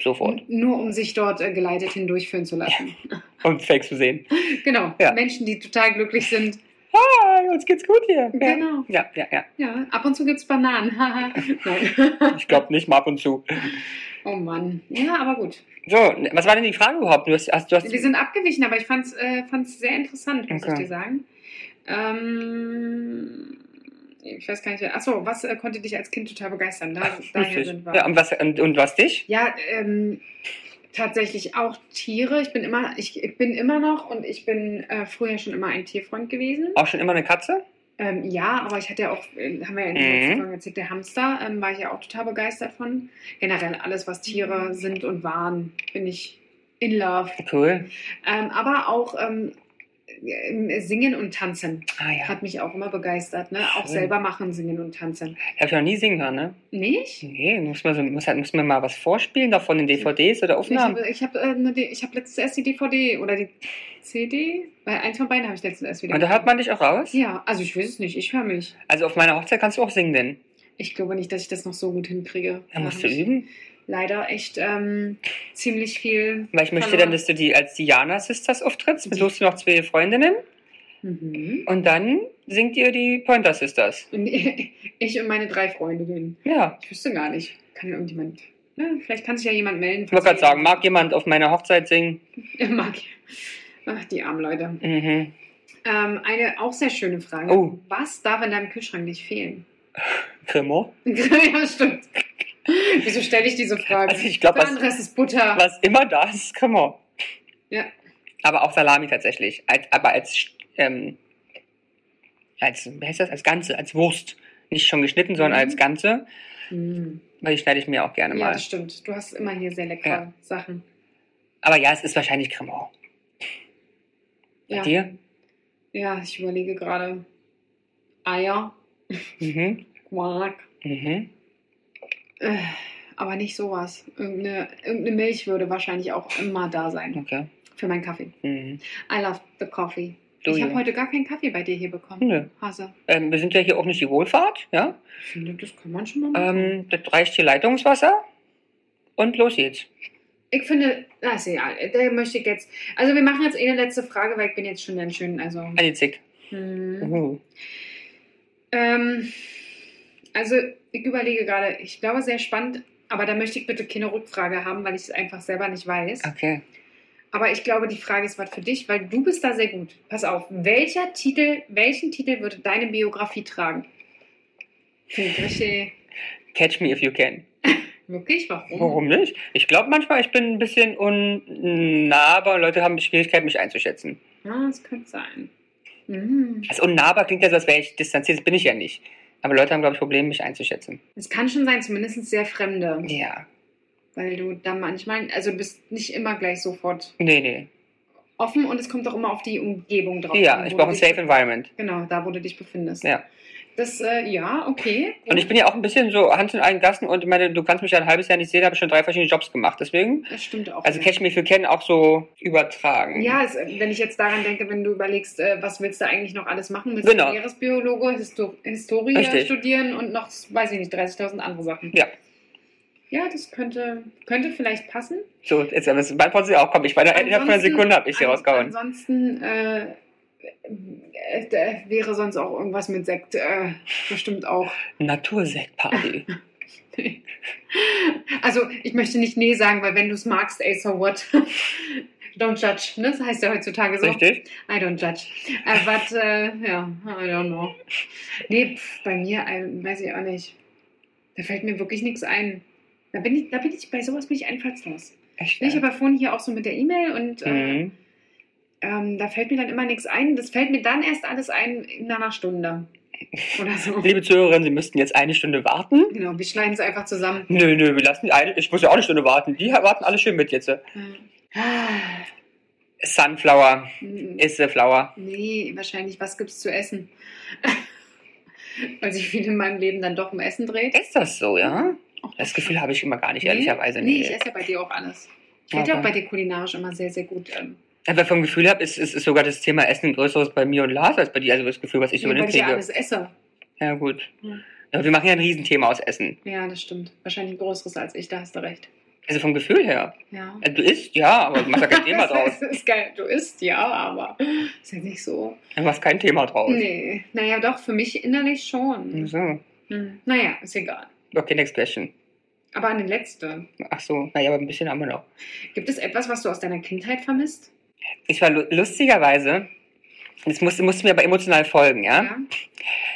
[SPEAKER 2] Sofort.
[SPEAKER 1] Nur um sich dort äh, geleitet hindurchführen zu lassen.
[SPEAKER 2] Um Fakes zu sehen.
[SPEAKER 1] Genau.
[SPEAKER 2] Ja.
[SPEAKER 1] Menschen, die total glücklich sind.
[SPEAKER 2] Hi, uns geht's gut hier. Ja.
[SPEAKER 1] Genau.
[SPEAKER 2] Ja, ja, ja.
[SPEAKER 1] Ja, ab und zu gibt's Bananen. haha. Nein.
[SPEAKER 2] Ich glaube nicht mal ab und zu.
[SPEAKER 1] oh Mann. Ja, aber gut.
[SPEAKER 2] So, was war denn die Frage überhaupt? Du hast, hast, du hast
[SPEAKER 1] Wir sind abgewichen, aber ich fand's, äh, fand's sehr interessant, muss
[SPEAKER 2] Okay.
[SPEAKER 1] ich dir sagen. Ähm, ich weiß gar nicht. wer- Achso, was äh, konnte dich als Kind total begeistern? Da, daher
[SPEAKER 2] Richtig.
[SPEAKER 1] sind wir.
[SPEAKER 2] Ja, und was, und, und was dich?
[SPEAKER 1] Ja, ähm, tatsächlich auch Tiere. Ich bin immer, ich, ich bin immer noch und ich bin äh, früher schon immer ein Tierfreund gewesen.
[SPEAKER 2] Auch schon immer eine Katze?
[SPEAKER 1] Ähm, ja, aber ich hatte ja auch, äh, haben wir ja in der
[SPEAKER 2] Mhm.
[SPEAKER 1] letzten Folge erzählt, der Hamster, ähm, war ich ja auch total begeistert von. Generell alles, was
[SPEAKER 2] Mhm.
[SPEAKER 1] Tiere sind und waren, bin ich in love.
[SPEAKER 2] Cool.
[SPEAKER 1] Ähm, aber auch ähm, im Singen und Tanzen
[SPEAKER 2] Ah ja.
[SPEAKER 1] hat mich auch immer begeistert. Ne? Auch
[SPEAKER 2] Schön.
[SPEAKER 1] selber machen, singen und tanzen.
[SPEAKER 2] Hab ich noch nie singen hören, ne?
[SPEAKER 1] Nicht?
[SPEAKER 2] Nee, muss man, so, muss, halt, muss man mal was vorspielen, davon in DVDs oder
[SPEAKER 1] Ich
[SPEAKER 2] Aufnahmen.
[SPEAKER 1] habe ich hab, äh, ne, die- ich hab letztens erst die DVD oder die CD, weil eins von beiden habe ich letztens erst wieder.
[SPEAKER 2] Und da hört man dich auch raus?
[SPEAKER 1] Ja, also ich weiß es nicht, ich höre mich.
[SPEAKER 2] Also auf meiner Hochzeit kannst du auch singen, denn.
[SPEAKER 1] Ich glaube nicht, dass ich das noch so gut hinkriege.
[SPEAKER 2] Da musst du
[SPEAKER 1] Hab ich
[SPEAKER 2] üben.
[SPEAKER 1] Leider echt ähm, ziemlich viel.
[SPEAKER 2] Weil ich möchte
[SPEAKER 1] Verloren.
[SPEAKER 2] dann, dass du die als Diana Sisters auftrittst, besuchst du noch zwei Freundinnen
[SPEAKER 1] Mhm.
[SPEAKER 2] und dann singt ihr die Pointer Sisters.
[SPEAKER 1] Und ich und meine drei Freundinnen.
[SPEAKER 2] Ja.
[SPEAKER 1] Ich wüsste gar nicht. Kann irgendjemand. Ne? Vielleicht kann sich ja jemand melden.
[SPEAKER 2] Ich wollte gerade sagen, mag jemand auf meiner Hochzeit singen?
[SPEAKER 1] Mag. Ach, die armen Leute.
[SPEAKER 2] Mhm.
[SPEAKER 1] Ähm, eine auch sehr schöne Frage.
[SPEAKER 2] Oh.
[SPEAKER 1] Was darf in deinem Kühlschrank nicht fehlen?
[SPEAKER 2] Cremor?
[SPEAKER 1] ja, stimmt. Wieso stelle ich diese Frage?
[SPEAKER 2] Also ich glaub, was-
[SPEAKER 1] Zahnrest ist Butter.
[SPEAKER 2] Was immer da ist, ist Cremor.
[SPEAKER 1] Ja.
[SPEAKER 2] Aber auch Salami tatsächlich. Als, aber als, ähm, als, wie heißt das? Als Ganze, als Wurst. Nicht schon geschnitten, sondern
[SPEAKER 1] Mhm.
[SPEAKER 2] als Ganze.
[SPEAKER 1] Hm.
[SPEAKER 2] Weil die schneide ich mir auch gerne
[SPEAKER 1] Ja,
[SPEAKER 2] mal.
[SPEAKER 1] das stimmt. Du hast immer hier sehr leckere
[SPEAKER 2] Ja.
[SPEAKER 1] Sachen.
[SPEAKER 2] aber ja, es ist wahrscheinlich Cremor. Bei
[SPEAKER 1] Ja.
[SPEAKER 2] dir?
[SPEAKER 1] ja, ich überlege gerade. Eier,
[SPEAKER 2] Mhm.
[SPEAKER 1] Quark.
[SPEAKER 2] Mhm.
[SPEAKER 1] Äh, aber nicht sowas. Irgendeine, irgendeine Milch würde wahrscheinlich auch immer da sein
[SPEAKER 2] Okay.
[SPEAKER 1] für meinen Kaffee.
[SPEAKER 2] Mhm.
[SPEAKER 1] I love the coffee.
[SPEAKER 2] Du,
[SPEAKER 1] ich habe
[SPEAKER 2] ja. Hm.
[SPEAKER 1] heute gar keinen Kaffee bei dir hier bekommen.
[SPEAKER 2] Nö.
[SPEAKER 1] Hase.
[SPEAKER 2] Ähm, wir sind ja hier auch nicht die Wohlfahrt, ja?
[SPEAKER 1] Ich finde, das kann man schon mal machen.
[SPEAKER 2] Ähm, das reicht hier Leitungswasser. Und los geht's.
[SPEAKER 1] Ich finde, das ist egal. Da möchte ich jetzt. Also, wir machen jetzt eh eine letzte Frage, weil ich bin jetzt schon ganz schön. Also,
[SPEAKER 2] Einzig.
[SPEAKER 1] hm.
[SPEAKER 2] Mhm.
[SPEAKER 1] ähm, also ich überlege gerade, ich glaube, sehr spannend, aber da möchte ich bitte keine Rückfrage haben, weil ich es einfach selber nicht weiß.
[SPEAKER 2] Okay.
[SPEAKER 1] Aber ich glaube, die Frage ist was für dich, weil du bist da sehr gut. Pass auf, welcher Titel, welchen Titel würde deine Biografie tragen? Finde ich richtig.
[SPEAKER 2] Catch me if you can.
[SPEAKER 1] Wirklich? Warum?
[SPEAKER 2] Warum nicht? Ich glaube manchmal, ich bin ein bisschen unnahbar und Leute haben Schwierigkeit, mich einzuschätzen.
[SPEAKER 1] Ja, das könnte sein. Mhm.
[SPEAKER 2] Also unnahbar klingt ja so, als wäre ich distanziert. Das bin ich ja nicht. Aber Leute haben, glaube ich, Probleme, mich einzuschätzen.
[SPEAKER 1] Es kann schon sein, zumindest sehr Fremde.
[SPEAKER 2] Ja.
[SPEAKER 1] Weil du da manchmal, also du bist nicht immer gleich sofort
[SPEAKER 2] Nee, nee.
[SPEAKER 1] offen und es kommt auch immer auf die Umgebung drauf.
[SPEAKER 2] Ja,
[SPEAKER 1] an,
[SPEAKER 2] ich
[SPEAKER 1] wo
[SPEAKER 2] brauche ein
[SPEAKER 1] du dich-
[SPEAKER 2] safe environment.
[SPEAKER 1] Genau, da wo du dich befindest.
[SPEAKER 2] Ja.
[SPEAKER 1] Das, äh, ja, okay.
[SPEAKER 2] Und ich bin ja auch ein bisschen so Hans in allen Gassen und meine, du kannst mich ja ein halbes Jahr nicht sehen, da habe ich schon drei verschiedene Jobs gemacht. Deswegen,
[SPEAKER 1] das stimmt auch.
[SPEAKER 2] also
[SPEAKER 1] ja.
[SPEAKER 2] Catch Me für Ken auch so übertragen.
[SPEAKER 1] Ja, es, äh, wenn ich jetzt daran denke, wenn du überlegst, äh, was willst du eigentlich noch alles machen? Willst
[SPEAKER 2] Genau.
[SPEAKER 1] du Meeresbiologe, Histo Historie
[SPEAKER 2] Richtig.
[SPEAKER 1] studieren und noch, weiß ich nicht, 30.000 andere Sachen?
[SPEAKER 2] Ja.
[SPEAKER 1] Ja, das könnte, könnte vielleicht passen.
[SPEAKER 2] So, jetzt das beantwortet sie auch. Komm, Halt, ich war innerhalb von einer
[SPEAKER 1] Ansonsten-
[SPEAKER 2] Sekunde habe ich sie
[SPEAKER 1] an-
[SPEAKER 2] rausgehauen.
[SPEAKER 1] Ansonsten äh, äh, äh, wäre sonst auch irgendwas mit Sekt äh, bestimmt auch.
[SPEAKER 2] Natursektparty.
[SPEAKER 1] Also ich möchte nicht nee sagen, weil wenn du es magst, ey, so what? don't judge, ne? Das heißt ja heutzutage so.
[SPEAKER 2] Richtig?
[SPEAKER 1] I don't judge. Äh, but, äh, ja, I don't know. Nee, pf, bei mir, äh, weiß ich auch nicht. Da fällt mir wirklich nichts ein. Da bin ich, da bin ich, bei sowas bin ich einfallslos.
[SPEAKER 2] Echt?
[SPEAKER 1] Ich habe ja vorhin hier auch so mit der E-Mail und äh,
[SPEAKER 2] mhm.
[SPEAKER 1] ähm, da fällt mir dann immer nichts ein. Das fällt mir dann erst alles ein in einer Stunde. Oder so.
[SPEAKER 2] Liebe Zuhörerinnen, Sie müssten jetzt eine Stunde warten.
[SPEAKER 1] genau, wir schneiden es einfach zusammen.
[SPEAKER 2] Nö, nö, wir lassen die eine. Ich muss ja auch eine Stunde warten. Die warten alle schön mit jetzt.
[SPEAKER 1] Ah,
[SPEAKER 2] Sunflower.
[SPEAKER 1] mm,
[SPEAKER 2] Is a flower.
[SPEAKER 1] nee, wahrscheinlich, was gibt's zu essen? Weil sich viel in meinem Leben dann doch um Essen dreht.
[SPEAKER 2] Ist das so, ja? Das Gefühl habe ich immer gar nicht, ehrlicherweise.
[SPEAKER 1] Nee,
[SPEAKER 2] Nee.
[SPEAKER 1] ich esse ja bei dir auch alles. Ich werde ja auch
[SPEAKER 2] Aber-
[SPEAKER 1] bei dir kulinarisch immer sehr, sehr gut. Ähm,
[SPEAKER 2] Aber vom Gefühl her ist, ist, ist sogar das Thema Essen ein größeres bei mir und Lars als bei dir. Also das Gefühl, was ich so
[SPEAKER 1] weil ich ja
[SPEAKER 2] mitkriege.
[SPEAKER 1] alles esse.
[SPEAKER 2] Ja, gut.
[SPEAKER 1] Hm.
[SPEAKER 2] Aber wir machen ja ein Riesenthema aus Essen.
[SPEAKER 1] Ja, das stimmt. Wahrscheinlich ein größeres als ich, da hast du recht.
[SPEAKER 2] Also vom Gefühl her.
[SPEAKER 1] Ja.
[SPEAKER 2] Also Du isst, ja, aber du machst ja kein Thema eh draus.
[SPEAKER 1] Das ist geil. Du isst, ja, aber ist ja nicht so.
[SPEAKER 2] Du machst kein Thema draus.
[SPEAKER 1] Nee. Naja, doch, für mich innerlich schon.
[SPEAKER 2] So.
[SPEAKER 1] Hm. Naja, ist egal.
[SPEAKER 2] Okay, next question.
[SPEAKER 1] Aber an den letzten.
[SPEAKER 2] Ach so, naja, aber ein bisschen haben wir noch.
[SPEAKER 1] Gibt es etwas, was du aus deiner Kindheit vermisst?
[SPEAKER 2] Ich war lu- lustigerweise, das musste, musste mir aber emotional folgen, ja?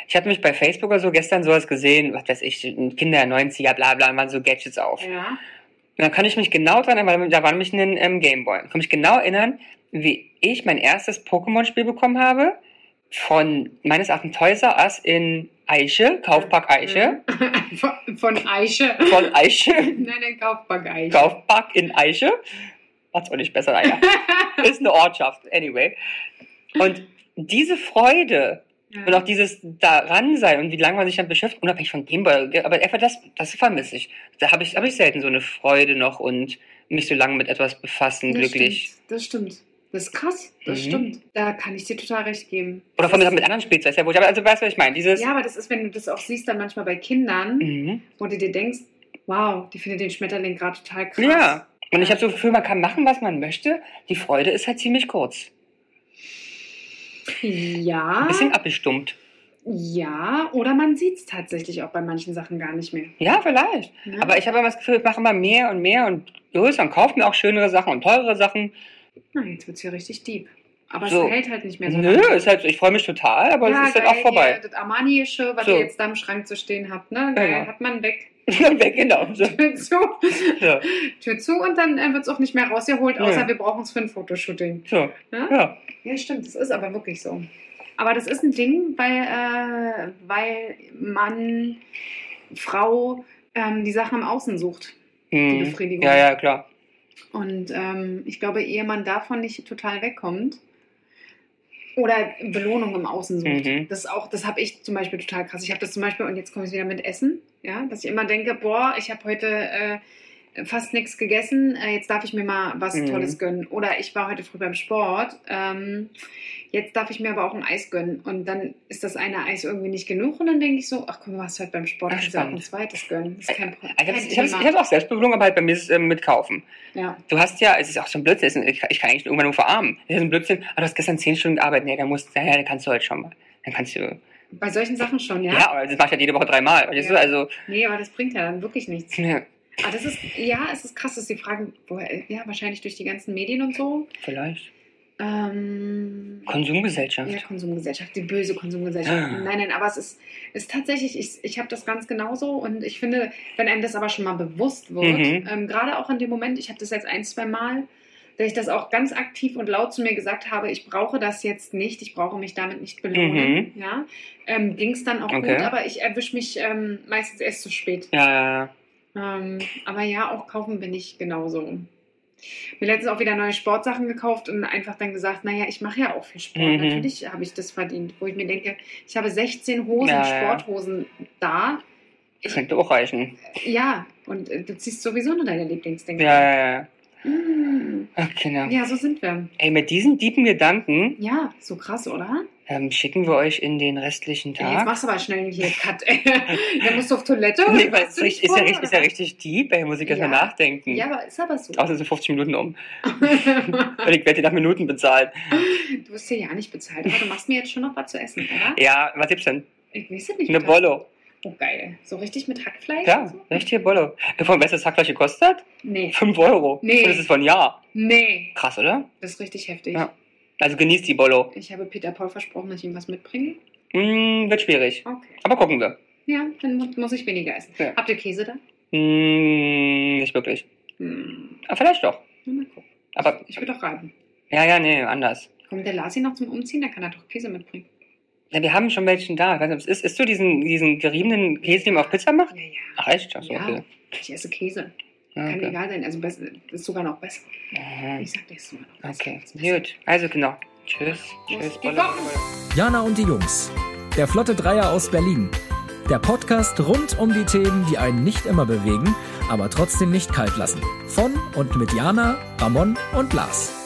[SPEAKER 2] Ich hatte mich bei Facebook oder so gestern sowas gesehen, was weiß ich, Kinder der 90er, bla bla, und waren so Gadgets auf.
[SPEAKER 1] Ja. ja.
[SPEAKER 2] Und dann kann ich mich genau dran erinnern, weil da war nämlich ein ähm, Gameboy. Kann mich genau erinnern, wie ich mein erstes Pokémon-Spiel bekommen habe. Von meines Erachtens Toys R Us in Eiche, Kaufpark Eiche.
[SPEAKER 1] Mhm. Äh, Von, von Eiche.
[SPEAKER 2] Von Eiche,
[SPEAKER 1] Nein, nein, Kaufpark Eiche.
[SPEAKER 2] Kaufpark in Eiche. Macht's auch nicht besser, naja. Ist eine Ortschaft, anyway. Und diese Freude
[SPEAKER 1] Ja.
[SPEAKER 2] und auch dieses daran sein und wie lange man sich dann beschäftigt, unabhängig von Gameboy, gell, aber einfach das, das vermisse ich. Da habe ich, hab ich selten so eine Freude noch und mich so lange mit etwas befassen,
[SPEAKER 1] Das
[SPEAKER 2] glücklich.
[SPEAKER 1] Stimmt, das stimmt. Das ist krass, das
[SPEAKER 2] Mhm.
[SPEAKER 1] stimmt. Da kann ich dir total recht geben.
[SPEAKER 2] Oder von mir
[SPEAKER 1] das,
[SPEAKER 2] mit anderen Spielzeugs. Ja, wo ich, aber also weißt du, was ich meine? Dieses.
[SPEAKER 1] Ja, aber das ist, wenn du das auch siehst, dann manchmal bei Kindern,
[SPEAKER 2] Mhm.
[SPEAKER 1] wo du dir denkst, wow, die findet den Schmetterling gerade total krass.
[SPEAKER 2] ja. Und ich habe so das Gefühl, man kann machen, was man möchte. Die Freude ist halt ziemlich kurz. Ein
[SPEAKER 1] Ja,
[SPEAKER 2] bisschen abgestummt.
[SPEAKER 1] ja, oder man sieht es tatsächlich auch bei manchen Sachen gar nicht mehr.
[SPEAKER 2] Ja, vielleicht.
[SPEAKER 1] Ne?
[SPEAKER 2] Aber ich habe immer das Gefühl, ich mache immer mehr und mehr und größer und kaufe mir auch schönere Sachen und teurere Sachen.
[SPEAKER 1] Na, jetzt wird es hier richtig deep. Aber
[SPEAKER 2] So.
[SPEAKER 1] es hält halt nicht mehr so
[SPEAKER 2] Nö, ist halt, so, ich freue mich total, aber es ist halt auch vorbei.
[SPEAKER 1] Hier, das Armani-Geschirr, was
[SPEAKER 2] So.
[SPEAKER 1] ihr jetzt da im Schrank zu stehen habt, ne?
[SPEAKER 2] Ja,
[SPEAKER 1] Geil,
[SPEAKER 2] ja.
[SPEAKER 1] hat man weg.
[SPEAKER 2] Und weg, genau. So,
[SPEAKER 1] Tür zu,
[SPEAKER 2] so.
[SPEAKER 1] Tür zu und dann äh, wird es auch nicht mehr rausgeholt,
[SPEAKER 2] Nö.
[SPEAKER 1] außer wir brauchen es für ein Fotoshooting.
[SPEAKER 2] so.
[SPEAKER 1] Ja?
[SPEAKER 2] Ja.
[SPEAKER 1] Ja, stimmt, das ist aber wirklich so. Aber das ist ein Ding, weil, äh, weil Mann, Frau ähm, die Sachen im Außen sucht. Die
[SPEAKER 2] Hm.
[SPEAKER 1] Befriedigung.
[SPEAKER 2] Ja, ja, klar.
[SPEAKER 1] Und ähm, ich glaube, ehe man davon nicht total wegkommt oder Belohnung im Außen sucht.
[SPEAKER 2] Mhm.
[SPEAKER 1] Das ist auch, das habe ich zum Beispiel total krass. Ich habe das zum Beispiel, und jetzt komme ich wieder mit Essen, ja, dass ich immer denke, boah, ich habe heute äh, fast nichts gegessen, äh, jetzt darf ich mir mal was
[SPEAKER 2] Mhm.
[SPEAKER 1] Tolles gönnen. Oder ich war heute früh beim Sport, ähm, jetzt darf ich mir aber auch ein Eis gönnen. Und dann ist das eine Eis irgendwie nicht genug und dann denke ich so, ach komm, was halt beim Sport,
[SPEAKER 2] Ach,
[SPEAKER 1] kannst du auch ein
[SPEAKER 2] spannend. Äh,
[SPEAKER 1] zweites gönnen. Das ist kein, Pro-
[SPEAKER 2] Ich habe
[SPEAKER 1] kein
[SPEAKER 2] ich hab's- ich
[SPEAKER 1] Thema.
[SPEAKER 2] hab's auch Selbstbelohnung, aber halt bei mir ist es ähm, mit Kaufen.
[SPEAKER 1] Ja.
[SPEAKER 2] Du hast ja, es ist auch so ein Blödsinn, ich kann, ich kann eigentlich irgendwann nur verarmen. Das ist ein Blödsinn, aber du hast gestern zehn Stunden gearbeitet, nee, dann musst, naja, dann kannst du heute schon mal. Dann kannst du, ja,
[SPEAKER 1] Bei solchen Sachen schon, ja.
[SPEAKER 2] aber das mach ich halt jede Woche dreimal. Weißt du,
[SPEAKER 1] Ja.
[SPEAKER 2] also,
[SPEAKER 1] Nee, aber das bringt ja dann wirklich nichts.
[SPEAKER 2] ne,
[SPEAKER 1] Aber das ist, ja, es ist krass, dass sie fragen, woher, ja, wahrscheinlich durch die ganzen Medien und so.
[SPEAKER 2] vielleicht.
[SPEAKER 1] Ähm, ja,
[SPEAKER 2] Konsumgesellschaft.
[SPEAKER 1] Konsumgesellschaft, die böse Konsumgesellschaft.
[SPEAKER 2] Ah.
[SPEAKER 1] Nein, nein, aber es ist, ist tatsächlich, ich, ich habe das ganz genauso und ich finde, wenn einem das aber schon mal bewusst wird,
[SPEAKER 2] Mhm.
[SPEAKER 1] ähm, gerade auch in dem Moment, ich habe das jetzt ein, zwei Mal, dass ich das auch ganz aktiv und laut zu mir gesagt habe, ich brauche das jetzt nicht, ich brauche mich damit nicht belohnen. Ja, ähm, ging es dann auch
[SPEAKER 2] Mhm. Okay.
[SPEAKER 1] gut, aber ich erwische mich ähm, meistens erst zu spät.
[SPEAKER 2] Ja, ja, ja.
[SPEAKER 1] Ähm, aber ja, auch kaufen bin ich genauso. Mir letztens auch wieder neue Sportsachen gekauft und einfach dann gesagt, naja, ich mache ja auch viel Sport.
[SPEAKER 2] Mhm.
[SPEAKER 1] Natürlich habe ich das verdient, wo ich mir denke, ich habe 16 Hosen,
[SPEAKER 2] Ja, ja.
[SPEAKER 1] Sporthosen da.
[SPEAKER 2] Das könnte auch reichen.
[SPEAKER 1] Ja, und äh, du ziehst sowieso nur deine Lieblingsdinger.
[SPEAKER 2] Ja, ja, ja.
[SPEAKER 1] Mm.
[SPEAKER 2] Ach, genau.
[SPEAKER 1] ja, so sind wir.
[SPEAKER 2] Ey, mit diesen tiefen Gedanken
[SPEAKER 1] Ja, so krass, oder?
[SPEAKER 2] ähm, schicken wir euch in den restlichen
[SPEAKER 1] Ey, jetzt
[SPEAKER 2] Tag.
[SPEAKER 1] machst du aber schnell hier Cut. ey. Dann musst du auf Toilette.
[SPEAKER 2] Nee,
[SPEAKER 1] oder
[SPEAKER 2] weil
[SPEAKER 1] hast
[SPEAKER 2] es
[SPEAKER 1] du
[SPEAKER 2] richtig,
[SPEAKER 1] nicht
[SPEAKER 2] ist, ja
[SPEAKER 1] vor,
[SPEAKER 2] richtig, ist ja richtig deep, ey, muss ich erstmal
[SPEAKER 1] Ja.
[SPEAKER 2] nachdenken.
[SPEAKER 1] oder? Ja, aber ist aber so.
[SPEAKER 2] Außer es sind 50 Minuten um.
[SPEAKER 1] du
[SPEAKER 2] Und ich werde dir nach Minuten bezahlt.
[SPEAKER 1] wirst hier ja nicht bezahlt, aber du machst mir jetzt schon noch was zu essen, oder?
[SPEAKER 2] Ja, was gibt's denn?
[SPEAKER 1] Ich weiß es nicht.
[SPEAKER 2] Eine
[SPEAKER 1] was-
[SPEAKER 2] Bollo.
[SPEAKER 1] Oh, geil. So richtig mit Hackfleisch? und
[SPEAKER 2] Ja,
[SPEAKER 1] so?
[SPEAKER 2] richtig Bollo. Von was das Hackfleisch gekostet hat?
[SPEAKER 1] Nee,
[SPEAKER 2] 5 Euro.
[SPEAKER 1] Nee.
[SPEAKER 2] Und das ist von Ja.
[SPEAKER 1] nee.
[SPEAKER 2] Krass, oder?
[SPEAKER 1] Das ist richtig heftig.
[SPEAKER 2] Ja. Also genießt die Bollo.
[SPEAKER 1] Ich habe Peter Paul versprochen, dass ich ihm was mitbringe.
[SPEAKER 2] Hm, wird schwierig.
[SPEAKER 1] Okay.
[SPEAKER 2] Aber gucken wir.
[SPEAKER 1] Ja, dann mu- muss ich weniger essen.
[SPEAKER 2] Ja.
[SPEAKER 1] Habt ihr Käse da?
[SPEAKER 2] Hm, nicht wirklich.
[SPEAKER 1] Hm.
[SPEAKER 2] Aber vielleicht doch.
[SPEAKER 1] Na, Mal gucken.
[SPEAKER 2] Aber,
[SPEAKER 1] Ich würde auch raten.
[SPEAKER 2] ja, ja, nee, anders.
[SPEAKER 1] Kommt der Lasi noch zum Umziehen? Da kann er doch Käse mitbringen.
[SPEAKER 2] Ja, wir haben schon welchen da. Ich weiß nicht, ob's ist, isst du diesen, diesen geriebenen Käse, den man auf Pizza macht?
[SPEAKER 1] Ja, ja.
[SPEAKER 2] Ach, echt? Ach so,
[SPEAKER 1] Ja.
[SPEAKER 2] okay.
[SPEAKER 1] Ich esse Käse.
[SPEAKER 2] Ja,
[SPEAKER 1] Kann
[SPEAKER 2] okay.
[SPEAKER 1] egal sein. Also besser, ist sogar noch besser.
[SPEAKER 2] Mhm.
[SPEAKER 1] Ich sag dir, ist sogar noch besser.
[SPEAKER 2] Okay,
[SPEAKER 1] Ist besser.
[SPEAKER 2] gut. Also genau. Tschüss. Tschüss.
[SPEAKER 1] die
[SPEAKER 2] Bolle,
[SPEAKER 1] Woche.
[SPEAKER 2] Bolle.
[SPEAKER 3] Jana und die Jungs. Der Flotte Dreier aus Berlin. Der Podcast rund um die Themen, die einen nicht immer bewegen, aber trotzdem nicht kalt lassen. Von und mit Jana, Ramon und Lars.